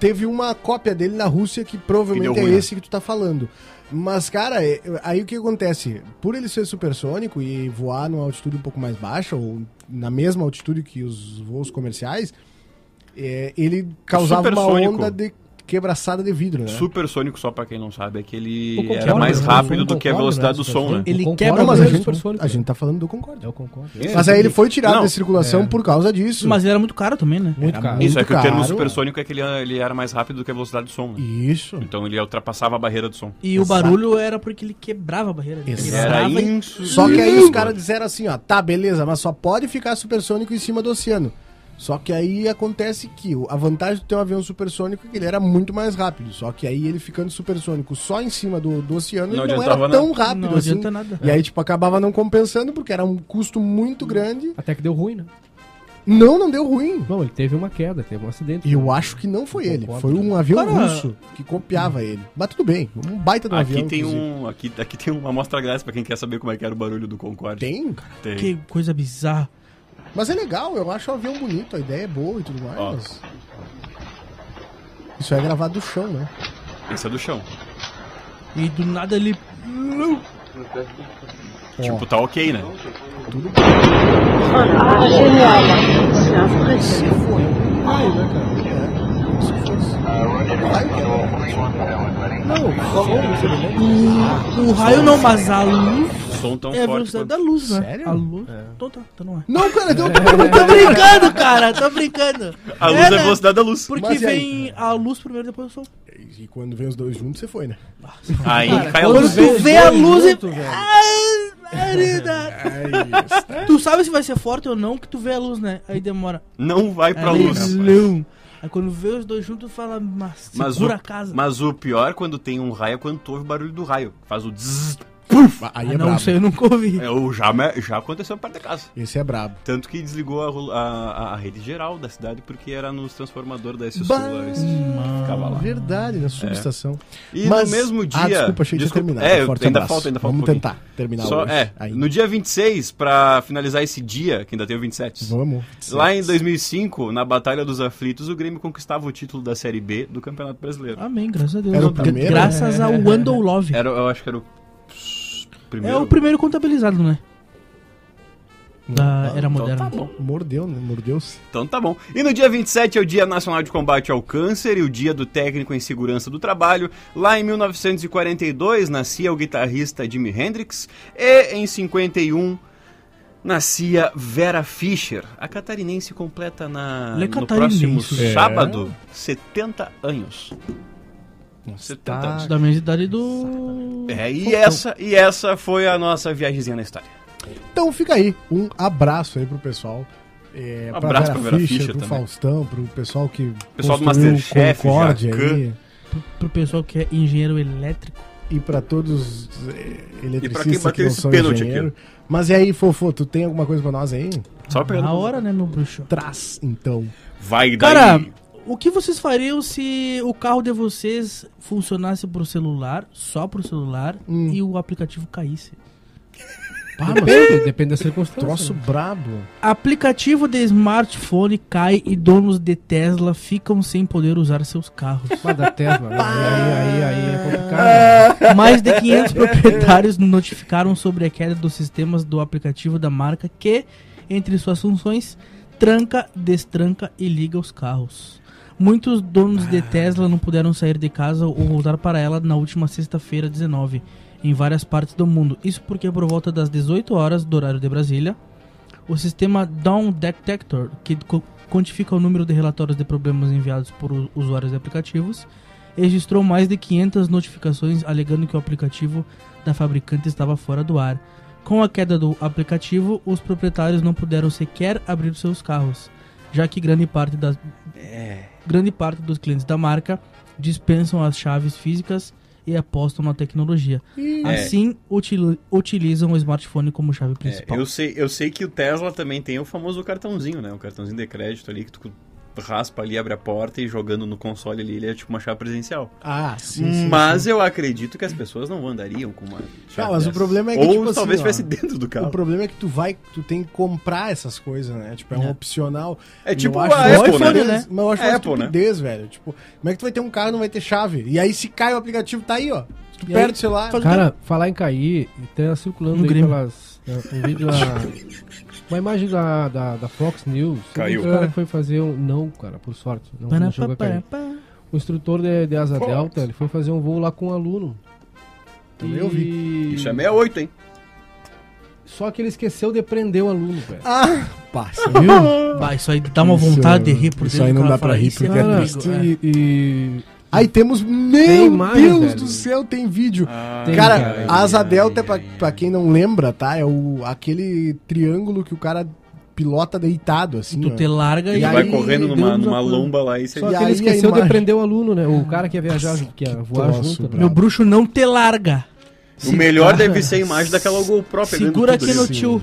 Speaker 1: Teve uma cópia dele na Rússia que provavelmente
Speaker 2: Que deu
Speaker 1: é
Speaker 2: ruim, né?
Speaker 1: esse que tu tá falando. Mas, cara, é- aí o que acontece? Por ele ser supersônico e voar numa altitude um pouco mais baixa, ou na mesma altitude que os voos comerciais, é, ele causava uma
Speaker 2: supersônico.
Speaker 1: onda de quebraçada de vidro, né?
Speaker 2: Supersônico, só pra quem não sabe, é que ele
Speaker 4: Eu concordo,
Speaker 2: era mais
Speaker 4: né?
Speaker 2: rápido
Speaker 4: Eu
Speaker 2: do que a
Speaker 4: concordo,
Speaker 2: velocidade do
Speaker 4: né?
Speaker 2: som, né?
Speaker 4: Ele
Speaker 1: Ele
Speaker 4: Concorde,
Speaker 1: quebra,
Speaker 4: quebra-
Speaker 1: mas
Speaker 4: mas
Speaker 1: a
Speaker 4: é
Speaker 1: gente,
Speaker 4: supersônico.
Speaker 1: a gente tá falando do Concorde.
Speaker 4: Eu concordo.
Speaker 1: Mas aí ele foi tirado
Speaker 2: É, Não,
Speaker 1: da circulação
Speaker 4: é.
Speaker 1: por causa disso.
Speaker 3: Mas era muito caro também, né?
Speaker 4: Muito
Speaker 1: Era
Speaker 4: caro.
Speaker 1: muito
Speaker 2: Isso, é que o termo
Speaker 1: caro.
Speaker 2: supersônico é que ele, ele era mais rápido do que a velocidade do som, né?
Speaker 1: Isso.
Speaker 2: Então ele ultrapassava a barreira do som.
Speaker 3: E
Speaker 1: Exato.
Speaker 3: o barulho era porque ele quebrava a barreira. Ele
Speaker 1: Exato.
Speaker 2: Era
Speaker 3: quebrava e-
Speaker 2: isso.
Speaker 1: Só que aí os caras disseram assim, ó, tá, beleza, mas só pode ficar supersônico em cima do oceano. Só que aí acontece que o- a vantagem de ter um avião supersônico é que ele era muito mais rápido. Só que aí ele ficando supersônico só em cima do, do oceano,
Speaker 2: Não
Speaker 1: ele não era
Speaker 2: adiantava
Speaker 1: tão rápido
Speaker 3: Não
Speaker 1: assim.
Speaker 3: adianta nada.
Speaker 1: E aí, tipo, acabava não compensando, porque era um custo muito grande.
Speaker 4: Até que deu ruim, né?
Speaker 1: Não, não deu ruim.
Speaker 4: Não, ele teve uma queda, teve um acidente.
Speaker 1: E eu acho que não foi ele.
Speaker 4: Concordo.
Speaker 1: Foi um avião
Speaker 3: Cara,
Speaker 1: russo que copiava ele. Mas tudo bem, um baita do
Speaker 2: Aqui
Speaker 1: avião.
Speaker 2: tem,
Speaker 1: inclusive.
Speaker 2: um, aqui, aqui tem uma amostra grátis pra quem quer saber como é que era o barulho do Concorde.
Speaker 1: Tem, cara.
Speaker 2: Tem.
Speaker 3: Que coisa bizarra.
Speaker 1: Mas é legal, eu acho o avião bonito, a ideia é boa e tudo mais.
Speaker 2: Ó.
Speaker 1: mas- Isso é gravado do chão, né?
Speaker 2: Esse é do chão.
Speaker 3: E do nada ele.
Speaker 1: É.
Speaker 2: Tipo, tá ok, né?
Speaker 1: Se for, vai, né, cara? É, se fosse. Vai, cara. Não, falou, não sei nem.
Speaker 3: O raio não, mas a luz
Speaker 2: O som tão
Speaker 3: é a
Speaker 2: forte. Quanto...
Speaker 3: velocidade da luz, né?
Speaker 1: Sério?
Speaker 3: A luz. Então tá, então não é.
Speaker 1: Não, cara, deu um
Speaker 3: Tô brincando, cara, tô brincando. né?
Speaker 2: A luz é
Speaker 1: né?
Speaker 2: a velocidade da luz.
Speaker 3: Porque
Speaker 1: Mas e aí?
Speaker 3: vem a luz primeiro, depois o sol.
Speaker 1: E quando vem os dois juntos, você foi, né?
Speaker 2: Aí cai a
Speaker 3: Quando
Speaker 2: luz.
Speaker 3: tu vê a
Speaker 4: dois
Speaker 3: luz e.
Speaker 4: juntos, velho.
Speaker 3: Ai, Marina. Ah,
Speaker 1: É né?
Speaker 3: Tu sabe se vai ser forte ou não, que tu vê a luz, né? Aí demora.
Speaker 2: Não vai
Speaker 1: É,
Speaker 2: É, pra
Speaker 3: Aí,
Speaker 2: luz.
Speaker 3: não. Aí quando vê os dois juntos, fala, mas
Speaker 2: Mas
Speaker 3: segura
Speaker 2: o-
Speaker 3: a casa.
Speaker 2: Mas o pior quando tem um raio é quando tu ouve o barulho do raio. Faz o zzz.
Speaker 1: Aí
Speaker 3: Ah,
Speaker 1: é
Speaker 3: não,
Speaker 1: brabo.
Speaker 3: isso aí eu nunca ouvi.
Speaker 2: Eu já, me- já aconteceu perto da casa.
Speaker 1: Esse é brabo.
Speaker 2: Tanto que desligou a, ro- a- a- a rede geral da cidade porque era nos transformadores da SU
Speaker 1: Bah,
Speaker 2: Solares. Ficava lá. É.
Speaker 1: Verdade, na subestação.
Speaker 2: E no mesmo dia.
Speaker 1: Ah, desculpa, achei que tinha
Speaker 2: Desculpa.
Speaker 1: terminado.
Speaker 2: É,
Speaker 1: Forte
Speaker 2: ainda
Speaker 1: abraço.
Speaker 2: falta, ainda falta. um
Speaker 1: Vamos
Speaker 2: pouquinho.
Speaker 1: tentar terminar
Speaker 2: Só,
Speaker 1: hoje.
Speaker 2: é,
Speaker 1: ainda.
Speaker 2: no dia 26, pra finalizar esse dia, que ainda tem o 27.
Speaker 1: Vamos.
Speaker 2: Lá em 2005, na Batalha dos Aflitos, o Grêmio conquistava o título da Série B do Campeonato Brasileiro.
Speaker 3: Amém, graças a Deus.
Speaker 1: Era o
Speaker 3: Gra-
Speaker 1: primeiro?
Speaker 3: graças
Speaker 2: É.
Speaker 3: ao Wendell Love.
Speaker 2: Era, eu acho que era o
Speaker 3: É
Speaker 2: primeiro.
Speaker 3: o primeiro contabilizado, né? Da era
Speaker 2: Então
Speaker 3: moderna.
Speaker 2: tá bom.
Speaker 1: Mordeu, né? Mordeu-se.
Speaker 2: Então tá bom. E no dia 27 é o Dia Nacional de Combate ao Câncer e o Dia do Técnico em Segurança do Trabalho. Lá em 1942 nascia o guitarrista Jimi Hendrix e em 51 nascia Vera Fischer. A catarinense completa na,
Speaker 3: Ele é
Speaker 2: no
Speaker 3: catarinense.
Speaker 2: próximo
Speaker 1: É.
Speaker 2: sábado 70 anos. 70
Speaker 1: tá
Speaker 2: anos.
Speaker 3: Da mesma idade do.
Speaker 2: É, e essa, e essa foi a nossa viagemzinha na história.
Speaker 1: Então fica aí. Um abraço aí pro pessoal. É,
Speaker 2: Um abraço
Speaker 1: Vera
Speaker 2: pra Vera
Speaker 1: Fischer,
Speaker 2: Fischer
Speaker 1: pro
Speaker 2: também.
Speaker 1: Faustão, pro pessoal que.
Speaker 2: Pessoal do
Speaker 1: construiu o
Speaker 2: Masterchef,
Speaker 1: Concorde
Speaker 2: Jacan.
Speaker 1: aí.
Speaker 3: Pro, pro pessoal que é engenheiro elétrico.
Speaker 1: E pra todos os é,
Speaker 2: quem
Speaker 1: eletricistas
Speaker 2: bateu
Speaker 1: que não
Speaker 2: esse
Speaker 1: são
Speaker 2: pênalti
Speaker 1: engenheiro. Mas e aí, Fofô, tu tem alguma coisa pra nós aí?
Speaker 2: Só pra
Speaker 3: Na hora, né, meu bruxo?
Speaker 1: Traz, então.
Speaker 2: Vai daí.
Speaker 3: Cara, o que vocês fariam se o carro de vocês funcionasse pro celular, só pro celular,
Speaker 1: Hum.
Speaker 3: e o aplicativo caísse?
Speaker 4: Pá, mas tudo depende da circunstância.
Speaker 1: Troço
Speaker 4: né?
Speaker 1: brabo.
Speaker 3: Aplicativo de smartphone cai e donos de Tesla ficam sem poder usar seus carros.
Speaker 4: Mas da Tesla. né? Aí, aí, aí é complicado. né?
Speaker 3: Mais de 500 proprietários notificaram sobre a queda dos sistemas do aplicativo da marca que, entre suas funções, tranca, destranca e liga os carros. Muitos donos de Tesla não puderam sair de casa ou voltar para ela na última sexta-feira, 19, em várias partes do mundo. Isso porque por volta das 18 horas do horário de Brasília, o sistema Down Detector, que co- quantifica o número de relatórios de problemas enviados por u- usuários de aplicativos, registrou mais de 500 notificações alegando que o aplicativo da fabricante estava fora do ar. Com a queda do aplicativo, os proprietários não puderam sequer abrir seus carros, já que grande parte, das,
Speaker 2: É.
Speaker 3: grande parte dos clientes da marca dispensam as chaves físicas e apostam na tecnologia. Assim, util- utilizam o smartphone como chave
Speaker 2: É,
Speaker 3: principal.
Speaker 2: eu, sei, eu sei que o Tesla também tem o famoso cartãozinho, né? O cartãozinho de crédito ali que tu raspa ali, abre a porta e jogando no console ali, ele é tipo uma chave presencial.
Speaker 1: Ah, sim. sim,
Speaker 2: mas
Speaker 1: sim.
Speaker 2: eu acredito que as pessoas não andariam com uma chave.
Speaker 1: mas o
Speaker 2: dessa.
Speaker 1: problema é que,
Speaker 2: Ou
Speaker 1: tipo assim,
Speaker 2: talvez
Speaker 1: ó,
Speaker 2: estivesse dentro do
Speaker 1: O
Speaker 2: carro.
Speaker 1: problema é que tu vai, tu tem que comprar essas coisas, né? Tipo, é um
Speaker 3: É.
Speaker 1: opcional.
Speaker 2: É
Speaker 1: Eu
Speaker 2: tipo
Speaker 1: acho
Speaker 2: a
Speaker 1: uma
Speaker 2: Apple, né?
Speaker 1: estupidez, Mas eu acho
Speaker 2: É
Speaker 1: uma
Speaker 2: Apple, né?
Speaker 1: estupidez, velho. Tipo, como é que tu vai ter um carro e não vai ter chave? E aí se cai o aplicativo, tá aí, ó. Se tu
Speaker 3: E
Speaker 1: perde
Speaker 3: aí,
Speaker 1: o celular...
Speaker 3: faz-
Speaker 4: Cara, falar em cair, e tá circulando
Speaker 3: Ah. No
Speaker 4: aí
Speaker 3: Grêmio.
Speaker 4: pelas. né, Um vídeo da- Uma imagem da, da, da Fox News. sobre
Speaker 2: Caiu.
Speaker 4: Um cara que foi fazer um. Não, cara, por sorte. Não, não chegou a cair. O instrutor de, de Asa Delta, ele foi fazer um voo lá com um aluno.
Speaker 1: Também eu vi.
Speaker 4: E-
Speaker 2: Isso é 68, hein?
Speaker 4: Só que ele esqueceu de prender o aluno, velho.
Speaker 1: Ah. Passa,
Speaker 3: Bah, isso aí dá uma
Speaker 1: Isso-
Speaker 3: vontade de rir por
Speaker 1: isso
Speaker 3: dentro
Speaker 1: aí
Speaker 3: do
Speaker 1: não
Speaker 3: cara
Speaker 1: dá pra
Speaker 3: falar,
Speaker 1: rir,
Speaker 3: "Isso
Speaker 1: porque é
Speaker 3: meu
Speaker 1: triste."
Speaker 3: amigo,
Speaker 4: E, e-
Speaker 1: Aí temos. Meu
Speaker 4: mais,
Speaker 1: Deus
Speaker 4: velho.
Speaker 1: do céu, tem vídeo.
Speaker 2: Ah,
Speaker 4: Tem,
Speaker 1: cara,
Speaker 4: cara.
Speaker 1: a Asa Delta, pra, pra quem não lembra, tá? É o, aquele triângulo que o cara pilota deitado, assim.
Speaker 3: Tu
Speaker 1: ó.
Speaker 3: te larga
Speaker 1: E
Speaker 3: e,
Speaker 2: Ele
Speaker 1: aí
Speaker 2: vai correndo
Speaker 4: deu
Speaker 2: numa,
Speaker 4: uma-
Speaker 2: numa lomba lá e você.
Speaker 4: Só
Speaker 1: E
Speaker 4: que
Speaker 1: aí a
Speaker 4: ele esqueceu de
Speaker 1: imagem-
Speaker 4: prender o aluno, né? O cara que ia viajar, junto, que ia voar
Speaker 1: troço,
Speaker 4: junto. né?
Speaker 3: meu bruxo não te larga.
Speaker 2: O melhor
Speaker 3: Segura-
Speaker 2: deve ser a imagem daquela GoPro pegando
Speaker 3: Segura
Speaker 2: tudo
Speaker 3: aqui
Speaker 2: isso.
Speaker 3: no tio.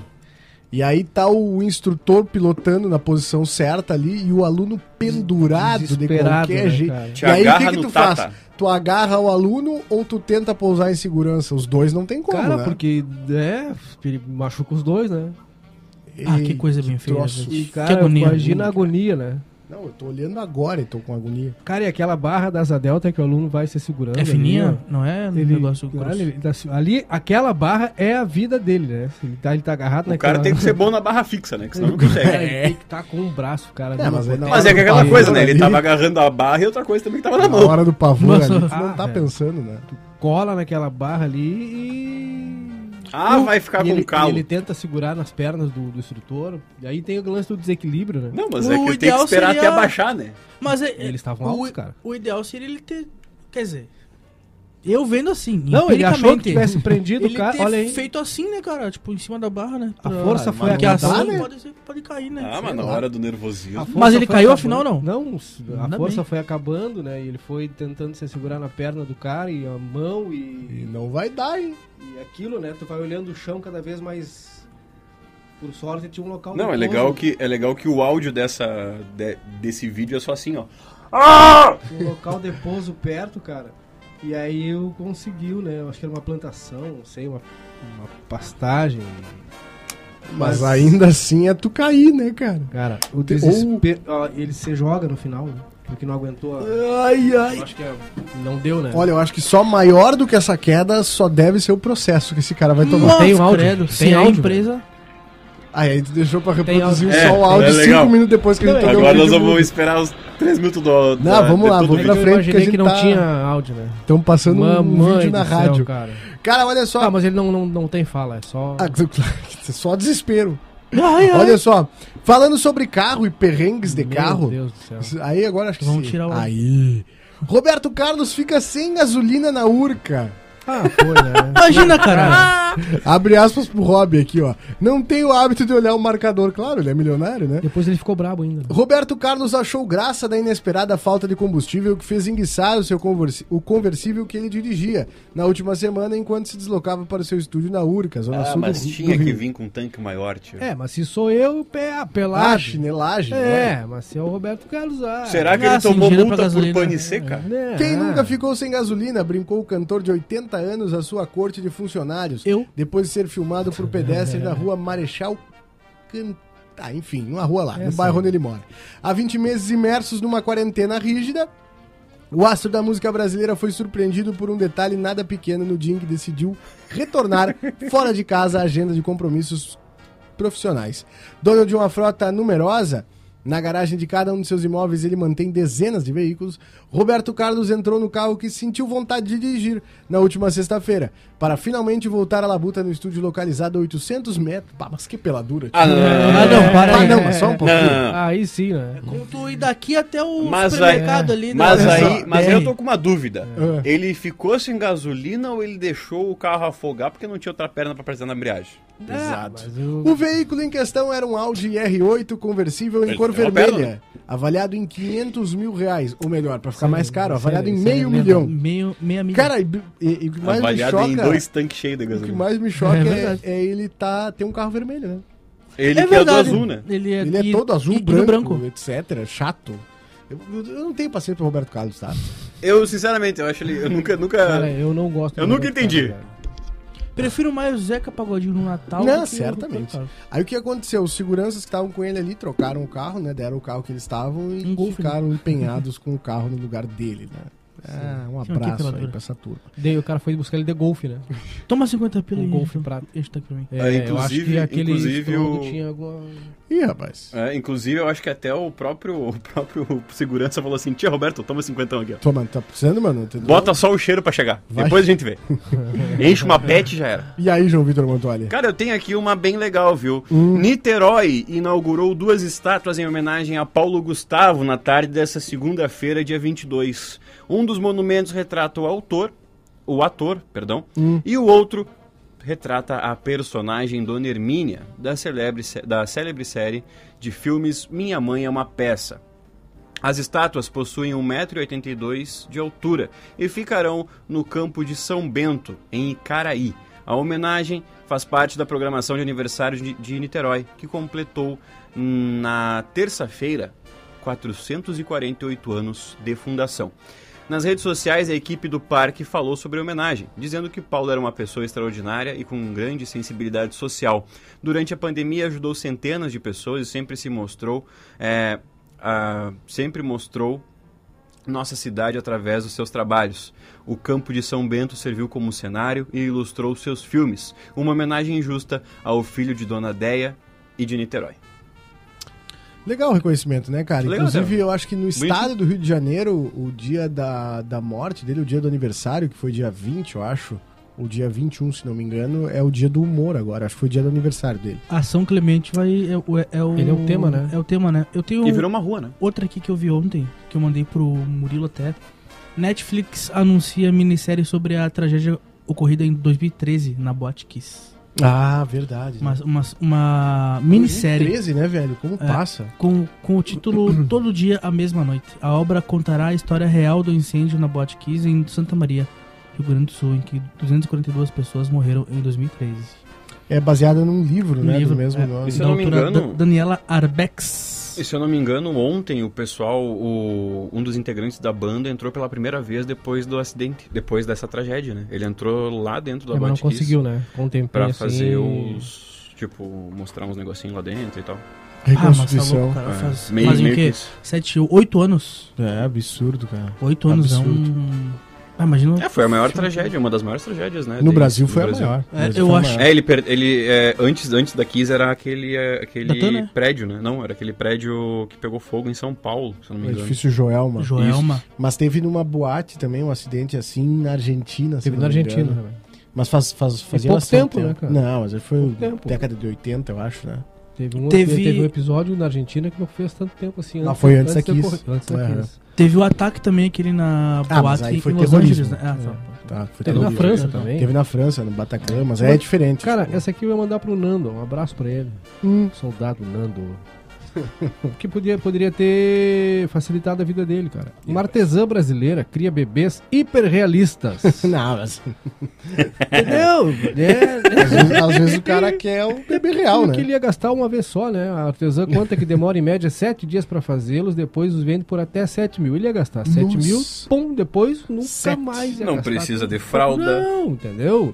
Speaker 1: E aí tá o instrutor pilotando na posição certa ali e o aluno pendurado de
Speaker 4: Desesperado,
Speaker 1: qualquer
Speaker 4: né,
Speaker 1: jeito.
Speaker 4: cara?
Speaker 2: Te
Speaker 1: é, e aí o
Speaker 2: agarra
Speaker 1: que, que
Speaker 2: no
Speaker 1: tu
Speaker 2: tata.
Speaker 1: faz? Tu agarra o aluno ou tu tenta pousar em segurança? Os dois não tem como,
Speaker 4: Cara,
Speaker 1: né?
Speaker 4: porque é, ele machuca os dois, né?
Speaker 3: Ah, que coisa
Speaker 1: Ei,
Speaker 3: bem feia,
Speaker 1: troço.
Speaker 3: gente.
Speaker 4: E,
Speaker 3: Que
Speaker 4: cara,
Speaker 3: agonia. É
Speaker 4: imagina a agonia, né?
Speaker 1: Não, eu tô olhando agora e tô com agonia.
Speaker 4: Cara, e aquela barra da asa delta que o aluno vai se segurando.
Speaker 3: É fininha?
Speaker 4: Ali, ó.
Speaker 3: Não é um
Speaker 4: ele,
Speaker 3: negócio
Speaker 4: cara,
Speaker 3: grosso.
Speaker 4: ele tá se- ali, aquela barra é a vida dele, né? Ele tá, ele tá agarrado
Speaker 1: né,
Speaker 2: O
Speaker 4: naquela...
Speaker 2: cara tem que ser bom na barra fixa, né? Que senão não consegue.
Speaker 4: Cara, ele tem que estar com um braço, cara.
Speaker 1: É,
Speaker 4: ali,
Speaker 1: mas aí
Speaker 4: botado.
Speaker 1: na
Speaker 2: Mas é que aquela
Speaker 1: Ele-
Speaker 2: coisa, né? Ele
Speaker 1: ele-
Speaker 2: tava agarrando a barra e outra coisa também que tava na
Speaker 1: Na
Speaker 2: mão.
Speaker 1: hora do pavor
Speaker 3: Nossa.
Speaker 1: ali, tu não
Speaker 4: Tá Ah,
Speaker 1: tá
Speaker 4: velho.
Speaker 1: pensando, né?
Speaker 4: Cola naquela barra ali e...
Speaker 2: Ah, vai ficar
Speaker 4: e
Speaker 2: com
Speaker 4: ele,
Speaker 2: calo.
Speaker 4: e ele tenta segurar nas pernas do, do instrutor. E aí tem o lance do desequilíbrio, né?
Speaker 2: Não, mas
Speaker 3: O
Speaker 2: é que tem que
Speaker 3: ideal
Speaker 2: esperar
Speaker 3: seria-
Speaker 2: até abaixar, né?
Speaker 3: Mas é,
Speaker 4: Eles estavam
Speaker 3: o-
Speaker 4: altos, cara.
Speaker 3: O ideal seria ele ter. Quer dizer. Eu vendo assim.
Speaker 4: Não, ele achou que
Speaker 3: empiricamente,
Speaker 4: tivesse prendido o
Speaker 3: Ele
Speaker 4: cara.
Speaker 3: ter
Speaker 4: Olha aí.
Speaker 3: feito assim, né, cara? Tipo, em cima da barra, né?
Speaker 4: A força foi
Speaker 3: Porque
Speaker 4: acabando,
Speaker 3: ação
Speaker 4: né?
Speaker 3: pode, ser- pode cair, né?
Speaker 2: Ah,
Speaker 3: Sei
Speaker 2: mas na
Speaker 3: lá.
Speaker 2: hora do nervosismo.
Speaker 4: força
Speaker 3: Mas ele
Speaker 4: foi
Speaker 3: caiu,
Speaker 4: acabando.
Speaker 3: afinal, não?
Speaker 4: Não, s- a
Speaker 3: Ainda
Speaker 4: força
Speaker 3: bem.
Speaker 4: foi acabando, né? E ele foi tentando se segurar na perna do cara e a mão
Speaker 1: E
Speaker 4: e,
Speaker 1: não vai dar, hein?
Speaker 4: e aquilo, né? Tu vai olhando o chão cada vez mais. Por sorte, tinha um local.
Speaker 2: Não, é
Speaker 4: muito
Speaker 2: legal
Speaker 4: longe,
Speaker 2: que, é legal que o áudio dessa, de- desse vídeo é só assim, ó.
Speaker 4: Tinha um local de pouso perto, cara. E aí eu conseguiu, né? Eu acho que era uma plantação, não sei, uma, uma pastagem.
Speaker 1: Mas ainda assim é tu cair, né, cara?
Speaker 4: Cara, o
Speaker 1: Te-
Speaker 4: desespero.
Speaker 1: um-
Speaker 4: ó, ele se joga no final, né? Porque não aguentou. A...
Speaker 1: Ai, ai.
Speaker 4: Eu acho que é- não deu, né?
Speaker 1: Olha, eu acho que só maior do que essa queda só deve ser o processo que esse cara vai tomar.
Speaker 3: Nossa,
Speaker 4: Tem o áudio?
Speaker 3: credo,
Speaker 4: Tem
Speaker 3: se a
Speaker 4: áudio,
Speaker 3: empresa.
Speaker 1: Aí, aí tu deixou pra
Speaker 4: Tem
Speaker 1: reproduzir
Speaker 2: áudio.
Speaker 1: só o
Speaker 2: É, é
Speaker 1: áudio cinco
Speaker 2: legal.
Speaker 1: minutos depois que a gente
Speaker 4: Não,
Speaker 1: tocou
Speaker 2: Agora
Speaker 1: o
Speaker 2: nós
Speaker 1: vídeo.
Speaker 2: vamos esperar os 3 minutos do.
Speaker 1: Não, vamos lá, vamos
Speaker 4: É que
Speaker 1: pra
Speaker 4: eu
Speaker 1: frente, porque a
Speaker 4: imaginei
Speaker 1: gente
Speaker 4: que não
Speaker 1: tá-
Speaker 4: tinha áudio, né?
Speaker 1: Estão passando um vídeo na
Speaker 4: do céu,
Speaker 1: rádio.
Speaker 4: cara.
Speaker 1: Cara, olha só.
Speaker 4: Ah, mas ele não, não, não tem fala, é só.
Speaker 1: Ah, só desespero.
Speaker 3: Ai, ai.
Speaker 1: Olha só. Falando sobre carro e perrengues de carro.
Speaker 4: Meu Deus do céu.
Speaker 1: Isso- Aí agora acho que
Speaker 3: Vamos
Speaker 1: sim.
Speaker 3: tirar o-
Speaker 1: Aí. Roberto Carlos fica sem gasolina na Urca.
Speaker 4: Ah, foi, né?
Speaker 3: Imagina, cara.
Speaker 1: Abre aspas pro Rob aqui, ó. Não tem o hábito de olhar o marcador. Claro, ele é milionário, né?
Speaker 4: Depois ele ficou brabo ainda.
Speaker 1: Roberto Carlos achou graça da inesperada falta de combustível que fez enguiçar o, seu conversi- o conversível que ele dirigia na última semana enquanto se deslocava para o seu estúdio na Urca, zona
Speaker 2: Ah,
Speaker 1: sul do
Speaker 2: mas
Speaker 1: Ri- do
Speaker 2: tinha que
Speaker 1: Rio.
Speaker 2: vir com um tanque maior, tio.
Speaker 4: É, mas se sou eu, pé a
Speaker 1: Ah,
Speaker 4: pelagem.
Speaker 1: chinelagem. né?
Speaker 4: É, mas se é o Roberto Carlos. Ah,
Speaker 2: Será que
Speaker 3: Ah,
Speaker 2: ele
Speaker 3: sim,
Speaker 2: tomou
Speaker 3: gira pra
Speaker 2: multa por
Speaker 3: gasolina.
Speaker 2: pane seca?
Speaker 4: Né?
Speaker 2: Ah.
Speaker 1: Quem nunca ficou sem gasolina? Brincou o cantor de 80 anos à sua corte de funcionários.
Speaker 3: Eu.
Speaker 1: Depois de ser filmado por pedestres na rua Marechal Can... Ah, enfim, uma rua lá, no
Speaker 2: É
Speaker 4: Essa
Speaker 1: bairro
Speaker 2: assim.
Speaker 4: aí.
Speaker 1: onde ele mora. Há 20 meses imersos numa quarentena rígida, o astro da música brasileira foi surpreendido por um detalhe nada pequeno no dia em que decidiu retornar fora de casa à agenda de compromissos profissionais. Dono de uma frota numerosa, na garagem de cada um de seus imóveis ele mantém dezenas de veículos. Roberto Carlos entrou no carro que sentiu vontade de dirigir na última sexta-feira, para finalmente voltar à labuta no estúdio localizado a 800 metros. Pá, mas que peladura. tio.
Speaker 2: Ah, não, não, não,
Speaker 3: Ah, não, para
Speaker 1: Ah,
Speaker 3: aí.
Speaker 1: não, mas só um pouquinho.
Speaker 2: não.
Speaker 4: Aí sim, né?
Speaker 3: Com Ah, tu ir daqui até o
Speaker 2: Mas aí-
Speaker 3: supermercado ali. né?
Speaker 2: Mas
Speaker 3: Olha
Speaker 2: aí,
Speaker 3: só,
Speaker 2: mas aí
Speaker 3: BR.
Speaker 2: eu tô com uma dúvida.
Speaker 1: É.
Speaker 2: Ele ficou sem gasolina ou ele deixou o carro afogar porque não tinha outra perna pra prestar na embreagem?
Speaker 1: Exato.
Speaker 4: Mas eu-
Speaker 1: O veículo em questão era um Audi R8 conversível em
Speaker 2: Ele né?
Speaker 1: cor
Speaker 2: tem uma
Speaker 1: vermelha,
Speaker 2: pérola.
Speaker 1: avaliado em 500 mil reais, ou melhor, pra ficar
Speaker 4: Sim,
Speaker 1: mais caro,
Speaker 4: sim,
Speaker 1: avaliado em
Speaker 4: sim,
Speaker 3: é
Speaker 1: meio
Speaker 4: lembra.
Speaker 1: Um milhão.
Speaker 3: Meio, meia milha.
Speaker 1: Cara, e, e- e o que mais me
Speaker 2: Avaliado
Speaker 1: choca,
Speaker 2: em dois né? tanques cheios de
Speaker 1: o que
Speaker 2: gasolina.
Speaker 1: mais me choca
Speaker 3: É
Speaker 1: é,
Speaker 3: verdade.
Speaker 1: é ele tá ter um carro vermelho, né?
Speaker 2: Ele que é do azul, né?
Speaker 3: Ele é,
Speaker 1: Ele é
Speaker 3: e-
Speaker 1: todo
Speaker 3: e
Speaker 1: azul,
Speaker 3: tudo
Speaker 1: branco, etc, chato. Eu, eu- eu não tenho paciência pro Roberto Carlos, tá?
Speaker 2: Eu, sinceramente, eu acho ele. Eu nunca. nunca...
Speaker 4: Cara, eu não gosto.
Speaker 2: Eu
Speaker 4: do
Speaker 2: nunca
Speaker 4: Roberto
Speaker 2: entendi.
Speaker 4: Carlos, velho.
Speaker 3: Prefiro mais o Zeca Pagodinho no Natal.
Speaker 1: Não,
Speaker 3: do que o
Speaker 1: certamente.
Speaker 3: Roberto Carlos.
Speaker 1: Aí o que aconteceu? Os seguranças que estavam com ele ali trocaram o carro, né? Deram o carro que eles estavam e
Speaker 3: Um Golf,
Speaker 1: ficaram empenhados com o carro no lugar dele, né? Ah, um
Speaker 3: Tinha um
Speaker 1: abraço
Speaker 3: equipe
Speaker 1: aí
Speaker 3: lá
Speaker 1: pra essa turma.
Speaker 4: Daí o cara foi buscar ele de golfe, né?
Speaker 3: Toma 50 pila
Speaker 4: Um
Speaker 3: aí,
Speaker 4: golfe
Speaker 3: Ângelo.
Speaker 4: prata.
Speaker 3: Esse tá aqui pra mim.
Speaker 4: É,
Speaker 2: Ah, inclusive-
Speaker 4: eu acho que aquele
Speaker 2: inclusive
Speaker 4: estrondo
Speaker 2: o-
Speaker 4: tinha alguma...
Speaker 1: Ih, rapaz.
Speaker 2: É, inclusive, eu acho que até o próprio, o próprio segurança falou assim: Tia Roberto, toma 50 aqui, ó.
Speaker 1: Tô, mano, tá precisando, mano? Tem-
Speaker 2: Bota só o cheiro pra chegar.
Speaker 1: Vai.
Speaker 2: Depois a gente vê. Enche uma pet e já era.
Speaker 1: E aí, João Vitor Montoli?
Speaker 2: Cara, eu tenho aqui uma bem legal, viu? Niterói inaugurou duas estátuas em homenagem a Paulo Gustavo na tarde dessa segunda-feira, dia 22. Um dos monumentos retrata o autor, o ator, perdão, e o outro retrata a personagem Dona Hermínia, da celebre, sé- da célebre série de filmes Minha Mãe é uma Peça. As estátuas possuem 1,82m de altura e ficarão no campo de São Bento, em Icaraí. A homenagem faz parte da programação de aniversário de, de Niterói, que completou hum, na terça-feira 448 anos de fundação. Nas redes sociais, a equipe do parque falou sobre a homenagem, dizendo que Paulo era uma pessoa extraordinária e com grande sensibilidade social. Durante a pandemia, ajudou centenas de pessoas e sempre se mostrou é, ah, sempre mostrou nossa cidade através dos seus trabalhos. O campo de São Bento serviu como cenário e ilustrou seus filmes, uma homenagem justa ao filho de Dona Deia e de Niterói.
Speaker 1: Legal o reconhecimento, né, cara?
Speaker 2: Legal,
Speaker 1: Inclusive,
Speaker 2: cara.
Speaker 1: eu acho que no estado do Rio de Janeiro, o dia da, da morte dele, o dia do aniversário, que foi dia 20, eu acho, ou dia 21, se não me engano, é o dia do humor agora. Acho que foi o dia do aniversário dele.
Speaker 3: A São Clemente vai. É, o- é o,
Speaker 4: Ele é o tema, né?
Speaker 3: É o tema, né? Eu tenho
Speaker 2: E virou uma rua, né?
Speaker 3: outra aqui que eu vi ontem, que eu mandei pro Murilo até. Netflix anuncia minissérie sobre a tragédia ocorrida em 2013 na Botkiss.
Speaker 1: Ah, verdade.
Speaker 3: Uma, uma, uma minissérie
Speaker 1: 13, né, velho?
Speaker 4: É.
Speaker 1: Como passa?
Speaker 3: com, com o título Todo Dia, a Mesma Noite. A obra contará a história real do incêndio na Botkiss em Santa Maria, Rio Grande do Sul, em que 242 pessoas morreram em 2013.
Speaker 1: É baseada num livro,
Speaker 3: Um
Speaker 1: né?
Speaker 3: livro,
Speaker 1: do mesmo
Speaker 3: é.
Speaker 1: nome.
Speaker 2: Isso- se eu não me
Speaker 3: autora
Speaker 2: engano-
Speaker 3: Da- Daniela Arbex.
Speaker 2: E se eu não me engano, ontem o pessoal, o- um dos integrantes da banda, entrou pela primeira vez depois do acidente, depois dessa tragédia, né? Ele entrou lá dentro do
Speaker 4: É, mas não
Speaker 2: Abate
Speaker 4: conseguiu, né? Com um tempinho
Speaker 2: pra
Speaker 4: assim...
Speaker 2: fazer os. Tipo, mostrar uns negocinhos lá dentro e tal.
Speaker 4: é
Speaker 3: Ah,
Speaker 1: Reconstituição.
Speaker 3: tá
Speaker 4: tá
Speaker 3: cara. Faz,
Speaker 2: É. meio-
Speaker 3: fazem
Speaker 2: meio
Speaker 3: o
Speaker 2: que
Speaker 3: quê?
Speaker 2: isso.
Speaker 3: Sete, oito anos.
Speaker 1: é absurdo, cara.
Speaker 3: Oito anos é
Speaker 1: Absurdo.
Speaker 3: um. Ah, imagina.
Speaker 2: É, foi a maior tragédia, uma das maiores tragédias, né?
Speaker 1: No
Speaker 2: Tem-
Speaker 1: Brasil foi
Speaker 2: Brasil.
Speaker 1: a maior. É,
Speaker 3: É,
Speaker 1: No Brasil
Speaker 3: eu
Speaker 1: foi a
Speaker 3: acho-
Speaker 1: maior.
Speaker 2: É, ele, per- ele é, antes, antes da Kiss era aquele, é, aquele
Speaker 3: Da Tana?
Speaker 2: prédio, né? Não, era aquele prédio que pegou fogo em São Paulo, se eu não
Speaker 1: O
Speaker 2: me engano.
Speaker 1: edifício Joelma.
Speaker 3: Joelma.
Speaker 1: Mas teve numa boate também um acidente assim na Argentina. se
Speaker 4: Teve
Speaker 1: não
Speaker 4: na
Speaker 1: me
Speaker 4: Argentina né,
Speaker 1: engano.
Speaker 4: também.
Speaker 1: Mas faz, faz, fazia
Speaker 4: pouco
Speaker 1: bastante
Speaker 4: tempo, né, cara?
Speaker 1: Não, mas foi
Speaker 4: Pouco tempo.
Speaker 1: década de 80, eu acho, né?
Speaker 4: Teve um,
Speaker 3: Teve-
Speaker 4: teve... um episódio na Argentina que não fez tanto tempo assim.
Speaker 1: Lá foi antes da
Speaker 4: de
Speaker 1: Kiss.
Speaker 4: ocorrer- Antes
Speaker 1: É.
Speaker 4: da Kiss.
Speaker 3: Teve o ataque também, aquele na
Speaker 1: Ah, mas
Speaker 3: boate
Speaker 1: aí foi
Speaker 3: em Los
Speaker 1: terrorismo.
Speaker 3: Angeles, né? Ah, tá.
Speaker 1: Tá, foi
Speaker 4: Teve na
Speaker 1: terrorismo.
Speaker 4: França também.
Speaker 1: Teve na França, no Bataclan, mas aí
Speaker 4: Mas,
Speaker 1: é diferente.
Speaker 4: Cara,
Speaker 1: tipo.
Speaker 4: essa aqui eu ia mandar pro Nando. Um abraço pra ele.
Speaker 1: Hum.
Speaker 4: Soldado Nando. que podia, poderia ter facilitado a vida dele, cara. Uma artesã brasileira cria bebês hiperrealistas.
Speaker 1: Não, né? mas
Speaker 4: Entendeu? É,
Speaker 1: às vezes, às vezes o cara quer o bebê real,
Speaker 4: Como
Speaker 1: né?
Speaker 4: que ele ia gastar uma vez só, né? A artesã conta que demora em média sete dias pra fazê-los, depois os vende por até 7 mil. Ele ia gastar 7
Speaker 1: Nossa.
Speaker 4: mil, pum, depois nunca
Speaker 1: Sete.
Speaker 4: mais ia
Speaker 2: Não
Speaker 4: gastar
Speaker 2: precisa de
Speaker 4: tanto.
Speaker 2: fralda.
Speaker 4: Não, entendeu?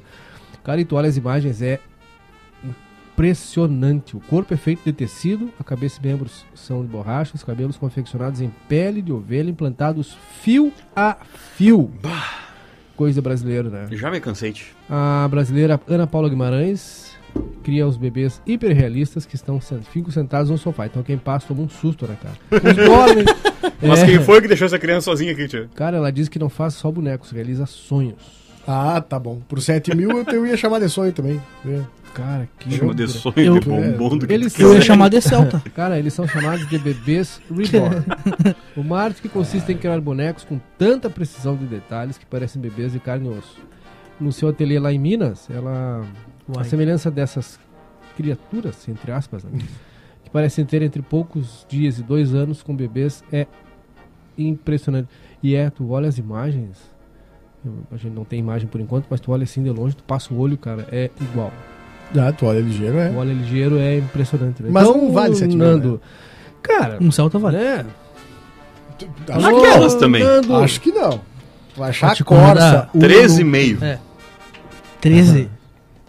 Speaker 4: Cara, e tu olha as imagens, é impressionante. O corpo é feito de tecido, a cabeça e membros são de borracha, os cabelos confeccionados em pele de ovelha, implantados fio a fio. Coisa brasileira, né?
Speaker 2: Já é me cansei. tch.
Speaker 4: A brasileira Ana Paula Guimarães cria os bebês hiperrealistas que estão sen- ficam sentados no sofá. Então quem passa toma um susto, né, cara? Uns dormem.
Speaker 2: Mas
Speaker 4: É.
Speaker 2: quem foi que deixou essa criança sozinha aqui, tia?
Speaker 4: Cara, ela diz que não faz só bonecos, realiza sonhos.
Speaker 1: Ah, tá bom. Por 7 mil eu te- eu ia chamar de sonho também. É.
Speaker 4: Cara, que
Speaker 2: Chama de
Speaker 4: loucura.
Speaker 2: sonho,
Speaker 3: Eu-
Speaker 2: de bombom do que
Speaker 4: Eles
Speaker 2: tu
Speaker 3: Eu ia
Speaker 2: quiser.
Speaker 3: chamar de Celta.
Speaker 4: Cara, eles são chamados de bebês reborn. Uma arte que consiste em criar bonecos com tanta precisão de detalhes que parecem bebês de carne e osso. No seu ateliê lá em Minas, ela a
Speaker 3: Uai.
Speaker 4: semelhança dessas criaturas, entre aspas, né, que parecem ter entre poucos dias e dois anos com bebês é impressionante. E é, tu olha as imagens, eu- a gente não tem imagem por enquanto, mas tu olha assim de longe, tu passa o olho, cara, é igual.
Speaker 1: Ah, tu olha ligeiro, é.
Speaker 4: O óleo ligeiro é impressionante, né?
Speaker 1: Mas não vale né? 7 mil,
Speaker 4: Nando, Cara,
Speaker 1: Hum,
Speaker 3: Um Celta vale.
Speaker 4: né?
Speaker 1: Acho,
Speaker 2: Aquelas também.
Speaker 4: Nando,
Speaker 1: acho que não. tá Tu achar
Speaker 3: Vou te
Speaker 1: a Corsa,
Speaker 3: convidar.
Speaker 1: Uno,
Speaker 2: 13,5.
Speaker 3: 13.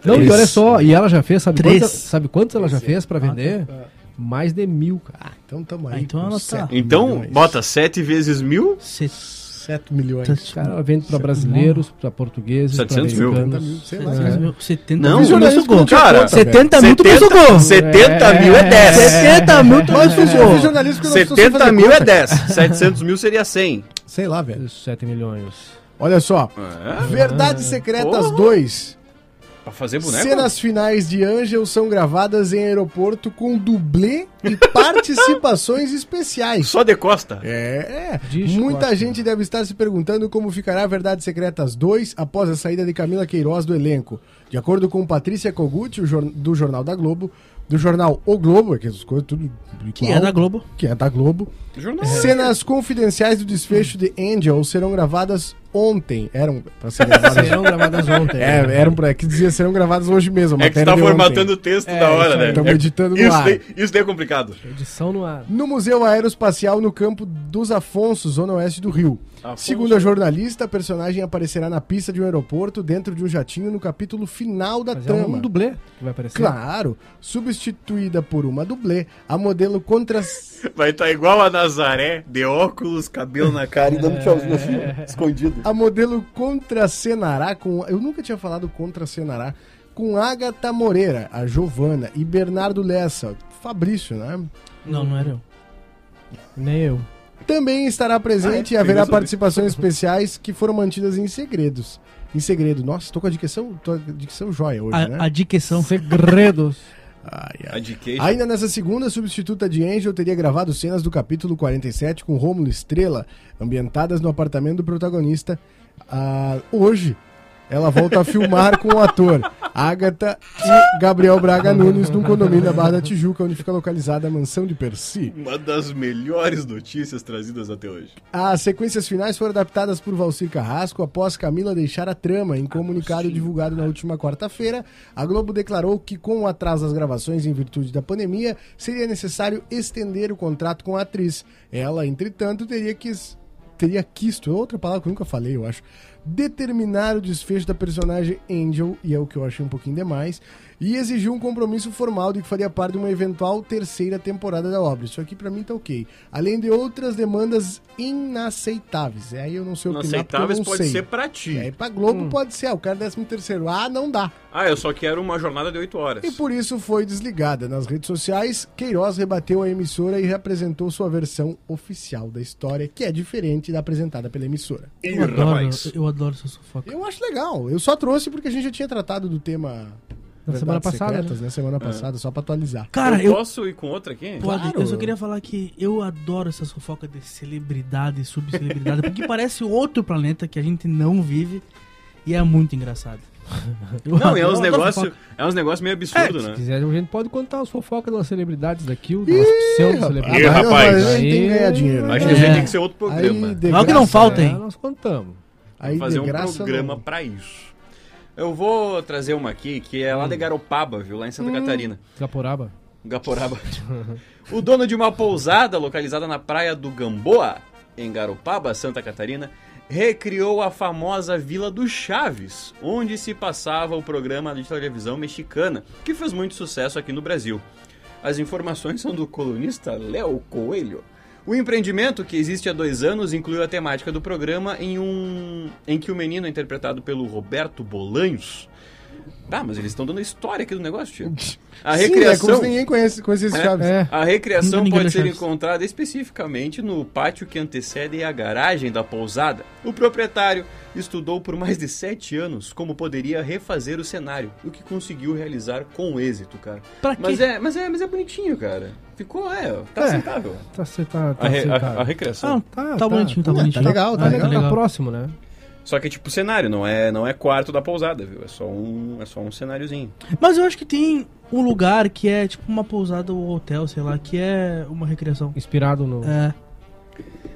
Speaker 4: Não, e
Speaker 1: Três. é.
Speaker 4: olha só, e ela já fez, sabe,
Speaker 3: Três.
Speaker 4: quantas, sabe quantos ela já fez pra vender?
Speaker 1: tá.
Speaker 4: Mais de mil, cara.
Speaker 1: Então tamo aí.
Speaker 3: Ah, então
Speaker 1: com
Speaker 3: ela tá.
Speaker 1: sete
Speaker 2: Então,
Speaker 1: milhões.
Speaker 2: bota 7 vezes mil,
Speaker 3: Se-
Speaker 1: 7 milhões.
Speaker 4: Os caras vendem pra brasileiros, pra portugueses,
Speaker 2: 700
Speaker 4: pra
Speaker 2: mil.
Speaker 1: Setenta
Speaker 4: americanos.
Speaker 1: mil, sei lá.
Speaker 4: É.
Speaker 1: cara.
Speaker 3: 70
Speaker 2: Não,
Speaker 3: mil tu
Speaker 1: jornalista
Speaker 3: sugou.
Speaker 1: não tinha
Speaker 2: Cara,
Speaker 3: Cara,
Speaker 1: conta, velho.
Speaker 3: 70 mil tu me sugou.
Speaker 2: 70 mil é 10.
Speaker 3: 70 mil tu me
Speaker 1: Mas eu fiz- É. eu fiz
Speaker 3: sugou.
Speaker 1: jornalismo que eu não preciso
Speaker 2: 70
Speaker 1: fazer
Speaker 2: mil é
Speaker 1: conta.
Speaker 2: 10. 700 mil seria 100.
Speaker 1: Sei lá, velho.
Speaker 4: 7 milhões.
Speaker 1: Olha só.
Speaker 2: É?
Speaker 1: Verdades Secretas
Speaker 2: Porra.
Speaker 1: 2.
Speaker 2: Pra fazer boneco?
Speaker 1: Cenas finais de Angel são gravadas em aeroporto com dublê e participações especiais.
Speaker 2: Só de costa.
Speaker 1: É,
Speaker 4: Diz
Speaker 1: muita
Speaker 4: Costa.
Speaker 1: gente deve estar se perguntando como ficará Verdades Secretas 2 após a saída de Camila Queiroz do elenco. De acordo com Patrícia Kogut, o jor- do Jornal da Globo, do jornal O Globo, que essas coisas tudo igual,
Speaker 3: Que é da Globo.
Speaker 1: que é da Globo,
Speaker 2: Jornal.
Speaker 1: cenas confidenciais do desfecho de Angel serão gravadas ontem. Eram pra ser gravadas
Speaker 4: Serão gravadas ontem.
Speaker 1: é, eram pra, que dizia serão gravadas hoje mesmo. a
Speaker 2: É que tu
Speaker 1: matéria
Speaker 2: tá
Speaker 1: de ontem.
Speaker 2: formatando o texto da hora, né?
Speaker 1: Estamos
Speaker 2: É-
Speaker 1: editando no
Speaker 2: isso,
Speaker 1: ar.
Speaker 2: daí, isso daí é complicado.
Speaker 4: Edição no ar.
Speaker 1: No Museu Aeroespacial, no campo dos Afonso, zona oeste do Rio.
Speaker 2: Afonso.
Speaker 1: Segundo a jornalista, a personagem aparecerá na pista de um aeroporto, dentro de um jatinho, no capítulo final da
Speaker 4: Mas é
Speaker 1: trama.
Speaker 4: um dublê que vai aparecer.
Speaker 1: Claro, substituída por uma dublê, a modelo contra...
Speaker 2: Vai estar igual a Nazaré, de óculos, cabelo na cara e dando tchauzinho assim, escondido.
Speaker 1: A modelo contracenará com. Eu nunca tinha falado contracenará. Com Agatha Moreira, a Giovana e Bernardo Lessa, Fabrício, né?
Speaker 3: Não, não era eu.
Speaker 4: Nem eu.
Speaker 1: Também estará presente
Speaker 2: Ah, é?
Speaker 1: e haverá
Speaker 2: Tem razão.
Speaker 1: participações especiais que foram mantidas em segredos. Em segredo. Nossa, tô com a dicção, tô com a dicção joia hoje, né?
Speaker 3: A, a dicção.
Speaker 4: Segredos.
Speaker 1: Ai, ai.
Speaker 2: A de queijo.
Speaker 1: Ainda nessa segunda, a substituta de Angel teria gravado cenas do capítulo 47 com Rômulo Estrela, ambientadas no apartamento do protagonista. Ah, hoje, ela volta a filmar com o ator Agatha e Gabriel Braga Nunes num condomínio da Barra da Tijuca, onde fica localizada a mansão de Percy.
Speaker 2: é Uma das melhores notícias trazidas até hoje.
Speaker 1: As sequências finais foram adaptadas por Valcir Carrasco após Camila deixar a trama. Em comunicado divulgado na última quarta-feira, a Globo declarou que, com o atraso das gravações em virtude da pandemia, seria necessário estender o contrato com a atriz. Ela, entretanto, teria que teria quisto, é outra palavra que eu nunca falei, eu acho, determinar o desfecho da personagem Angel, e é o que eu achei um pouquinho demais, e exigiu um compromisso formal de que faria parte de uma eventual terceira temporada da obra. Isso aqui pra mim tá ok. Além de outras demandas inaceitáveis. É, Aí eu não sei opinar porque eu
Speaker 2: Inaceitáveis
Speaker 1: não
Speaker 2: pode
Speaker 1: sei. É,
Speaker 2: ser pra ti. Hum.
Speaker 1: E aí pra Globo pode ser, ah, o cara é 13 terceiro. Ah, não dá.
Speaker 2: Ah, eu só quero uma jornada de 8 horas.
Speaker 1: E por isso foi desligada. Nas redes sociais, Queiroz rebateu a emissora e reapresentou sua versão oficial da história, que é diferente da apresentada pela emissora.
Speaker 2: Ih,
Speaker 3: Eu adoro,
Speaker 2: rapaz.
Speaker 3: eu adoro seu sufoco.
Speaker 1: Eu acho legal. Eu só trouxe porque a gente já tinha tratado do tema
Speaker 4: Na semana
Speaker 1: Verdades
Speaker 4: passada,
Speaker 1: secretas, né?
Speaker 2: É.
Speaker 1: Semana passada, só pra atualizar.
Speaker 3: Cara,
Speaker 2: eu
Speaker 3: eu,
Speaker 2: posso ir com outra aqui?
Speaker 3: Pode,
Speaker 1: Claro.
Speaker 3: eu só queria falar que eu adoro essas fofocas de celebridade e subcelebridade, porque parece outro planeta que a gente não vive e é muito engraçado. Eu
Speaker 2: Não, é
Speaker 3: adoro
Speaker 2: uns negócios
Speaker 3: fofoca.
Speaker 2: é uns negócios meio absurdos,
Speaker 4: Se
Speaker 2: né?
Speaker 4: quiser, a gente pode contar as fofocas das celebridades daqui, o das pseudo-celebridades.
Speaker 2: Ih,
Speaker 1: mas
Speaker 2: rapaz.
Speaker 1: a gente tem que ganhar dinheiro. né?
Speaker 2: Acho que isso aí
Speaker 3: É.
Speaker 2: tem que ser outro programa.
Speaker 1: Aí, de
Speaker 3: Não, que não
Speaker 1: graça,
Speaker 3: falta,
Speaker 1: né?
Speaker 3: hein?
Speaker 4: É, nós contamos.
Speaker 1: Aí,
Speaker 2: fazer
Speaker 1: de
Speaker 2: um
Speaker 1: graça,
Speaker 2: programa
Speaker 1: não.
Speaker 2: pra isso. Eu vou trazer uma aqui que é
Speaker 1: Hum.
Speaker 2: lá de Garopaba, viu? Lá em Santa Catarina.
Speaker 4: Caporaba.
Speaker 2: Gaporaba. o dono de uma pousada localizada na praia do Gamboa, em Garopaba, Santa Catarina, recriou a famosa Vila do Chaves, onde se passava o programa de televisão mexicana, que fez muito sucesso aqui no Brasil. As informações são do colunista Léo Coelho. O empreendimento, que existe há dois anos, incluiu a temática do programa em um. em que o menino é interpretado pelo Roberto Bolanhos. Tá, mas eles estão dando a história aqui do negócio, tio. A
Speaker 1: Sim, é
Speaker 2: recriação.
Speaker 1: como se ninguém conhece, conhecia esse
Speaker 2: É.
Speaker 1: Chaves. Tá,
Speaker 4: É.
Speaker 2: A recriação
Speaker 3: Nunca ninguém
Speaker 2: pode ser
Speaker 3: deixou isso.
Speaker 2: encontrada especificamente no pátio que antecede a garagem da pousada. O proprietário estudou por mais de sete anos como poderia refazer o cenário, o que conseguiu realizar com êxito, cara.
Speaker 3: Pra quê?
Speaker 2: Mas é, mas é, mas é bonitinho, cara. Ficou, é, tá
Speaker 4: É.
Speaker 2: aceitável.
Speaker 4: Tá, você tá, tá
Speaker 2: A, re- a-
Speaker 4: aceitado.
Speaker 2: a recriação.
Speaker 3: Ah,
Speaker 4: Tá,
Speaker 3: tá, bonitinho, tá
Speaker 1: Não,
Speaker 3: bonitinho.
Speaker 1: tá legal,
Speaker 4: Tá, legal, tá
Speaker 3: legal.
Speaker 4: próximo, né?
Speaker 2: Só que é tipo cenário, não é, não é quarto da pousada, viu? É só um, é só um cenáriozinho.
Speaker 3: Mas eu acho que tem um lugar que é tipo uma pousada ou hotel, sei lá, que é uma recriação.
Speaker 4: Inspirado no...
Speaker 3: É.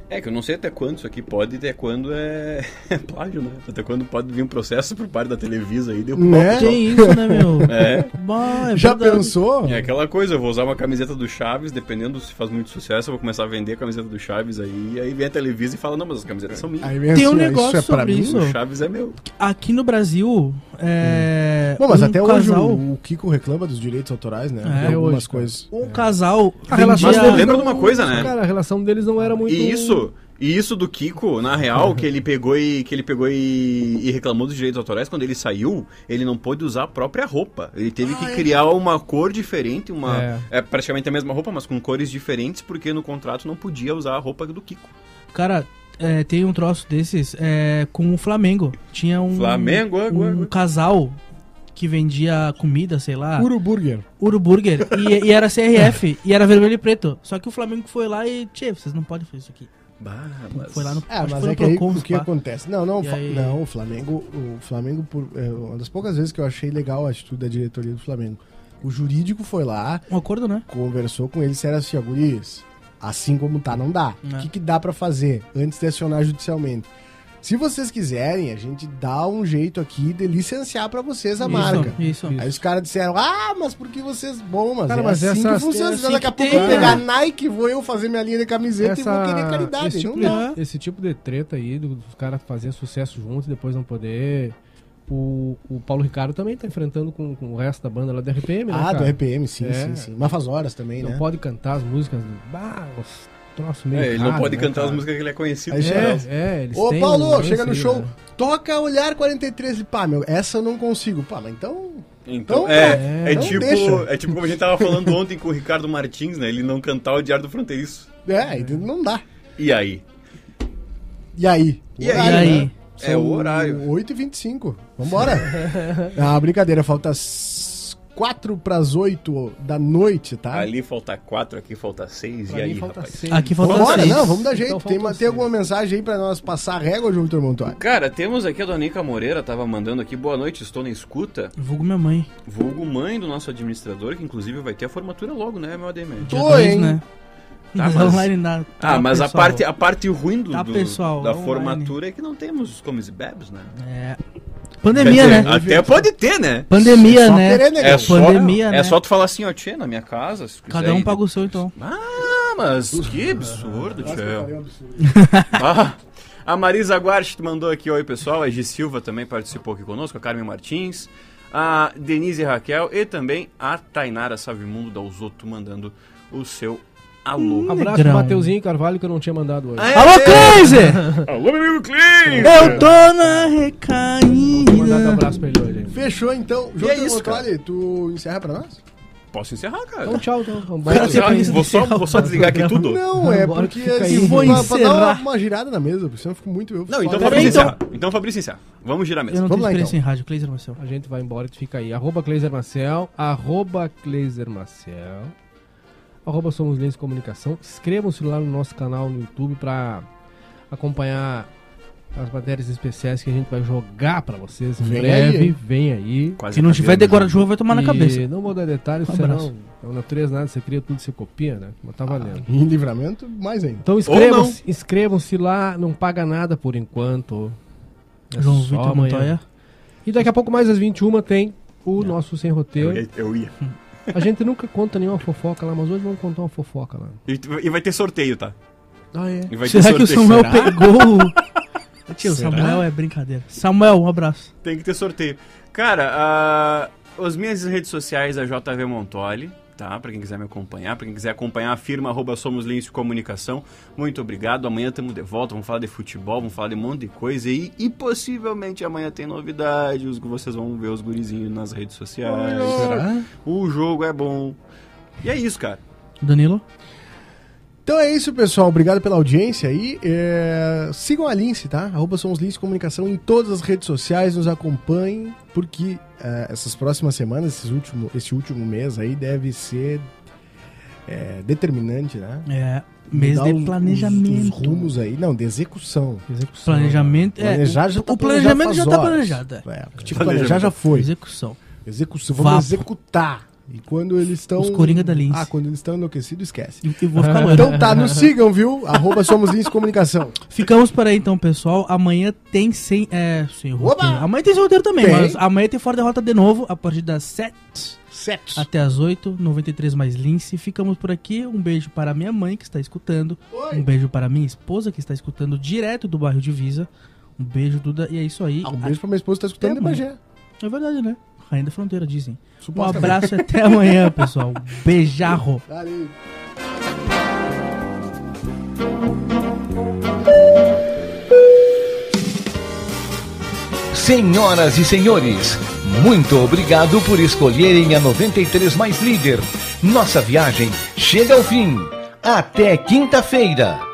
Speaker 2: É que eu não sei até quando isso aqui pode e até quando é, é plágio, né? Até quando pode vir um processo por parte da Televisa aí. Deu
Speaker 1: Né?
Speaker 3: Tem isso, né, meu?
Speaker 2: É.
Speaker 3: Bah, é
Speaker 1: Já
Speaker 3: verdade.
Speaker 1: pensou?
Speaker 2: É aquela coisa, eu vou usar uma camiseta do Chaves, dependendo se faz muito sucesso, eu vou começar a vender a camiseta do Chaves aí, e aí vem a Televisa e fala, não, mas as camisetas são minhas.
Speaker 1: Aí vem
Speaker 3: Tem um
Speaker 1: ó,
Speaker 3: negócio sobre isso.
Speaker 2: O Chaves é meu.
Speaker 3: Aqui no Brasil, é.
Speaker 1: Bom, mas
Speaker 3: um
Speaker 1: até hoje
Speaker 3: casal,
Speaker 1: o, o Kiko reclama dos direitos autorais, né?
Speaker 4: É,
Speaker 1: De algumas
Speaker 4: hoje, cara.
Speaker 1: coisas.
Speaker 3: Um casal.
Speaker 4: A relação
Speaker 2: Mas
Speaker 3: vendia-
Speaker 2: lembra de uma coisa, né?
Speaker 4: Cara, a relação deles não era muito...
Speaker 2: E isso E isso do Kiko, na real, que ele pegou e que ele pegou e, e reclamou dos direitos autorais quando ele saiu, ele não pôde usar a própria roupa. Ele teve que criar uma cor diferente, uma
Speaker 4: É.
Speaker 2: é praticamente a mesma roupa, mas com cores diferentes, porque no contrato não podia usar a roupa do Kiko.
Speaker 3: Cara, é, tem um troço desses é, com o Flamengo. Tinha um,
Speaker 2: Flamengo, é,
Speaker 3: um
Speaker 2: é, é.
Speaker 3: casal que vendia comida, sei lá,
Speaker 1: Uruburger.
Speaker 3: Uruburger, e, e era CRF, e era vermelho e preto. Só que o Flamengo foi lá e, tchê, vocês não podem fazer isso aqui.
Speaker 2: Bah,
Speaker 3: Foi lá no,
Speaker 1: É,
Speaker 3: acho que
Speaker 1: mas
Speaker 3: foi
Speaker 1: é
Speaker 3: no
Speaker 1: que aí,
Speaker 3: Procon,
Speaker 1: o que
Speaker 3: pá.
Speaker 1: acontece? Não, não,
Speaker 3: E
Speaker 1: fa-
Speaker 3: aí?
Speaker 1: não, o Flamengo, o Flamengo por, é uma das poucas vezes que eu achei legal a atitude da diretoria do Flamengo. O jurídico foi lá,
Speaker 3: Um acordo, né?
Speaker 1: conversou com ele, disseram assim, ó, guris, assim como tá, não dá. O
Speaker 3: É.
Speaker 1: que, que dá pra fazer antes de acionar judicialmente? Se vocês quiserem, a gente dá um jeito aqui de licenciar pra vocês a
Speaker 3: Isso,
Speaker 1: marca.
Speaker 3: Isso.
Speaker 1: Aí os caras disseram, ah, mas porque vocês... Bom, mas
Speaker 4: Cara,
Speaker 1: é
Speaker 4: mas
Speaker 1: assim que
Speaker 4: essas-
Speaker 1: funciona.
Speaker 3: é assim
Speaker 1: Daqui a
Speaker 3: que
Speaker 1: pouco eu
Speaker 3: tem,
Speaker 1: vou
Speaker 3: né?
Speaker 1: pegar a Nike, vou eu fazer minha linha de camiseta e vou querer caridade.
Speaker 4: esse, tipo
Speaker 1: não dá.
Speaker 4: de, esse tipo de treta aí, do- dos caras fazer sucesso juntos e depois não poder. O, o Paulo Ricardo também tá enfrentando com, com o resto da banda lá da RPM, né?
Speaker 1: Ah,
Speaker 4: cara?
Speaker 1: do RPM, sim,
Speaker 4: É.
Speaker 1: sim, sim. Mas faz horas também,
Speaker 4: Não
Speaker 1: né?
Speaker 4: pode cantar as músicas do. Bah, os troços meio.
Speaker 2: É, ele não
Speaker 4: raro,
Speaker 2: pode
Speaker 4: né,
Speaker 2: cantar
Speaker 4: cara?
Speaker 2: as músicas que ele é conhecido.
Speaker 1: Aí chega-
Speaker 4: É, é, eles
Speaker 1: Ô,
Speaker 4: têm um
Speaker 1: Paulo,
Speaker 4: lance
Speaker 1: chega no
Speaker 4: aí,
Speaker 1: show,
Speaker 4: né?
Speaker 1: toca Olhar 43. Pá, meu, essa eu não consigo. Pá, mas então...
Speaker 2: Então,
Speaker 1: Então,
Speaker 2: é, é,
Speaker 4: é,
Speaker 1: então
Speaker 2: tipo,
Speaker 1: deixa.
Speaker 2: é tipo como a gente tava falando ontem com o Ricardo Martins, né? Ele não cantar o Diário do Fronteiriço.
Speaker 1: É, aí não dá.
Speaker 2: E aí?
Speaker 1: E aí? né?
Speaker 2: E aí?
Speaker 3: E aí? né?
Speaker 2: É o horário.
Speaker 1: 8h25. Vambora. ah, brincadeira, falta 4 pras 8 da noite, tá?
Speaker 2: Ali falta quatro, aqui falta seis,
Speaker 4: Pra
Speaker 2: e
Speaker 4: mim
Speaker 2: aí,
Speaker 4: falta
Speaker 2: rapaz?
Speaker 4: seis.
Speaker 3: Aqui Ah. falta
Speaker 1: Vambora,
Speaker 3: seis.
Speaker 1: não, vamos dar jeito.
Speaker 4: Então
Speaker 1: tem,
Speaker 4: faltam
Speaker 1: tem
Speaker 4: seis.
Speaker 1: alguma mensagem aí pra nós passar a régua, Júlio Tormontori?
Speaker 2: Cara, temos aqui a dona Nica Moreira, tava mandando aqui, boa noite, estou na escuta.
Speaker 3: Vulgo minha mãe.
Speaker 2: Vulgo mãe do nosso administrador, que inclusive vai ter a formatura logo, né, meu ADM?
Speaker 1: Tô,
Speaker 3: dois,
Speaker 1: hein?
Speaker 3: né?
Speaker 2: Tá,
Speaker 3: Mas
Speaker 2: mas-
Speaker 3: online nada.
Speaker 2: Ah,
Speaker 3: Tá,
Speaker 2: mas a
Speaker 3: pessoal.
Speaker 2: parte, a parte ruim do,
Speaker 3: Tá,
Speaker 2: do-
Speaker 3: pessoal,
Speaker 2: da
Speaker 3: online.
Speaker 2: formatura é que não temos os comes e bebes, né?
Speaker 3: É.
Speaker 2: Quer
Speaker 3: Pandemia,
Speaker 2: dizer,
Speaker 3: né?
Speaker 2: Até pode ter, né?
Speaker 3: Pandemia,
Speaker 1: Só
Speaker 3: né?
Speaker 1: querer, né,
Speaker 2: É
Speaker 1: cara?
Speaker 2: só,
Speaker 3: Pandemia,
Speaker 2: é
Speaker 3: né?
Speaker 2: só tu falar assim, ó, tchê, na minha casa. se
Speaker 3: Cada
Speaker 2: quiser
Speaker 3: um
Speaker 2: ir
Speaker 3: paga o seu, então.
Speaker 2: Ah, mas que absurdo, tio.
Speaker 1: um absurdo.
Speaker 2: Ah, a Marisa Guarte mandou aqui, oi pessoal. A Gi Silva também participou aqui conosco, a Carmen Martins, a Denise Raquel e também a Tainara Savimundo da Usoto mandando o seu alô.
Speaker 4: Abraço pro
Speaker 3: Negrão.
Speaker 4: Mateuzinho Carvalho que eu não tinha mandado hoje.
Speaker 2: Aê!
Speaker 3: Alô, Cleise!
Speaker 2: Alô, meu amigo Clean!
Speaker 3: Eu tô na
Speaker 4: Vou mandar um
Speaker 3: recaída.
Speaker 4: abraço pra ele hoje. hein?
Speaker 1: Fechou, então.
Speaker 2: E é
Speaker 1: Júlio
Speaker 2: isso, cara.
Speaker 1: Tormontori, tu encerra pra nós?
Speaker 2: Posso encerrar, cara?
Speaker 4: Então, tchau, então. Vamos
Speaker 2: Cara,
Speaker 4: embora.
Speaker 2: será que
Speaker 3: pensa
Speaker 2: vou, só,
Speaker 3: encerrar o
Speaker 2: vou só desligar aqui
Speaker 3: programa.
Speaker 2: tudo?
Speaker 1: Não, é
Speaker 4: Agora
Speaker 1: porque
Speaker 4: que fica
Speaker 1: assim,
Speaker 3: aí. Vou
Speaker 1: pra, pra dar uma,
Speaker 3: encerrar.
Speaker 1: uma girada na mesa, porque senão eu fico assim, muito eu.
Speaker 2: Não, então
Speaker 1: foda.
Speaker 2: Fabrício
Speaker 3: então-
Speaker 2: encerra. Então Fabrício encerra. Vamos girar
Speaker 3: Eu
Speaker 2: mesmo.
Speaker 3: não
Speaker 1: Vamos
Speaker 3: tenho
Speaker 1: lá,
Speaker 3: experiência
Speaker 1: então.
Speaker 3: em rádio, Cleiser Marcel.
Speaker 4: A gente vai embora e tu fica aí. Arroba Cleiser Marcel, arroba Cleiser Marcel, arroba Somos Lentes Comunicação. Inscrevam-se lá no nosso canal no YouTube pra acompanhar as matérias especiais que a gente vai jogar pra vocês em
Speaker 1: Vem
Speaker 4: breve.
Speaker 1: aí.
Speaker 4: Vem aí.
Speaker 2: Quase
Speaker 3: Se não tiver
Speaker 2: acabei, né?
Speaker 3: de chuva vai tomar na
Speaker 4: E
Speaker 3: cabeça.
Speaker 4: Não vou dar detalhes,
Speaker 3: Um abraço.
Speaker 4: senão é uma natureza nada, você cria tudo, você copia, né? Mas tá valendo.
Speaker 1: Em livramento, mais ainda.
Speaker 4: Então
Speaker 2: não.
Speaker 4: inscrevam-se inscrevam-se lá, não paga nada por enquanto. É
Speaker 3: João
Speaker 4: só
Speaker 3: Vitor
Speaker 4: amanhã.
Speaker 3: Montoya.
Speaker 4: E daqui a pouco, mais às 21, tem o nosso Sem Roteiro.
Speaker 2: Eu ia- eu ia.
Speaker 4: A gente nunca conta nenhuma fofoca lá, mas hoje vamos contar uma fofoca lá.
Speaker 2: E e vai ter sorteio, tá?
Speaker 4: Ah, é?
Speaker 2: E vai ter
Speaker 3: Será que o
Speaker 2: sorteio.
Speaker 3: Samuel pegou o. Tio, Samuel é brincadeira. Samuel, um abraço.
Speaker 2: Tem que ter sorteio. Cara, ah, as minhas redes sociais é JV Montoli, tá? Pra quem quiser me acompanhar, pra quem quiser acompanhar a firma arroba Somos Lince Comunicação. Muito obrigado. Amanhã estamos de volta, vamos falar de futebol, vamos falar de um monte de coisa aí. E possivelmente amanhã tem novidade, os- vocês vão ver os gurizinhos nas redes sociais. O jogo é bom. E é isso, cara.
Speaker 3: Danilo?
Speaker 1: Então é isso, pessoal. Obrigado pela audiência aí. É, Sigam a Lince, tá? Arroba Somos Lince Comunicação em todas as redes sociais. Nos acompanhem, porque é, essas próximas semanas, esses último, esse último mês aí deve ser é, determinante, né?
Speaker 3: É. Mês
Speaker 1: Mudar
Speaker 3: de
Speaker 1: os- Os, os
Speaker 3: planejamento.
Speaker 1: rumos aí. Não, de execução.
Speaker 4: Execução.
Speaker 3: Planejamento. É,
Speaker 1: Planejar já tá
Speaker 3: o planejamento
Speaker 1: planejado
Speaker 3: já
Speaker 1: faz
Speaker 3: tá
Speaker 1: horas.
Speaker 3: planejado. é.
Speaker 1: É, tipo,
Speaker 2: Planejamento.
Speaker 1: planejar já foi.
Speaker 3: Execução.
Speaker 1: Execução, vamos
Speaker 3: Vapo.
Speaker 1: executar. E quando eles estão.
Speaker 3: Os Coringa da Lince.
Speaker 1: Ah, quando eles estão enlouquecidos, esquece.
Speaker 3: E eu vou ficar loiro.
Speaker 1: Então tá, nos sigam, viu? Arroba Somos Lince Comunicação.
Speaker 3: Ficamos por aí então, pessoal. Amanhã tem sem. É, sem roteiro.
Speaker 1: Oba!
Speaker 3: Amanhã tem sem roteiro também,
Speaker 1: Tem.
Speaker 3: mas amanhã tem fora derrota de novo, a partir das 7
Speaker 1: Sete.
Speaker 3: até as 8, 93 mais Lince. Ficamos por aqui. Um beijo para minha mãe que está escutando. Um beijo para minha esposa que está escutando direto do bairro Divisa. Um beijo, Duda. E é isso aí.
Speaker 1: Ah, um beijo pra minha esposa que tá escutando
Speaker 3: Até
Speaker 1: de Bagé.
Speaker 3: É verdade, né? Rainha da Fronteira, dizem. Um
Speaker 1: Supostamente.
Speaker 3: abraço e até amanhã, pessoal. Beijarro.
Speaker 1: Valeu.
Speaker 5: Senhoras e senhores, muito obrigado por escolherem a 93 Mais Líder. Nossa viagem chega ao fim. Até quinta-feira.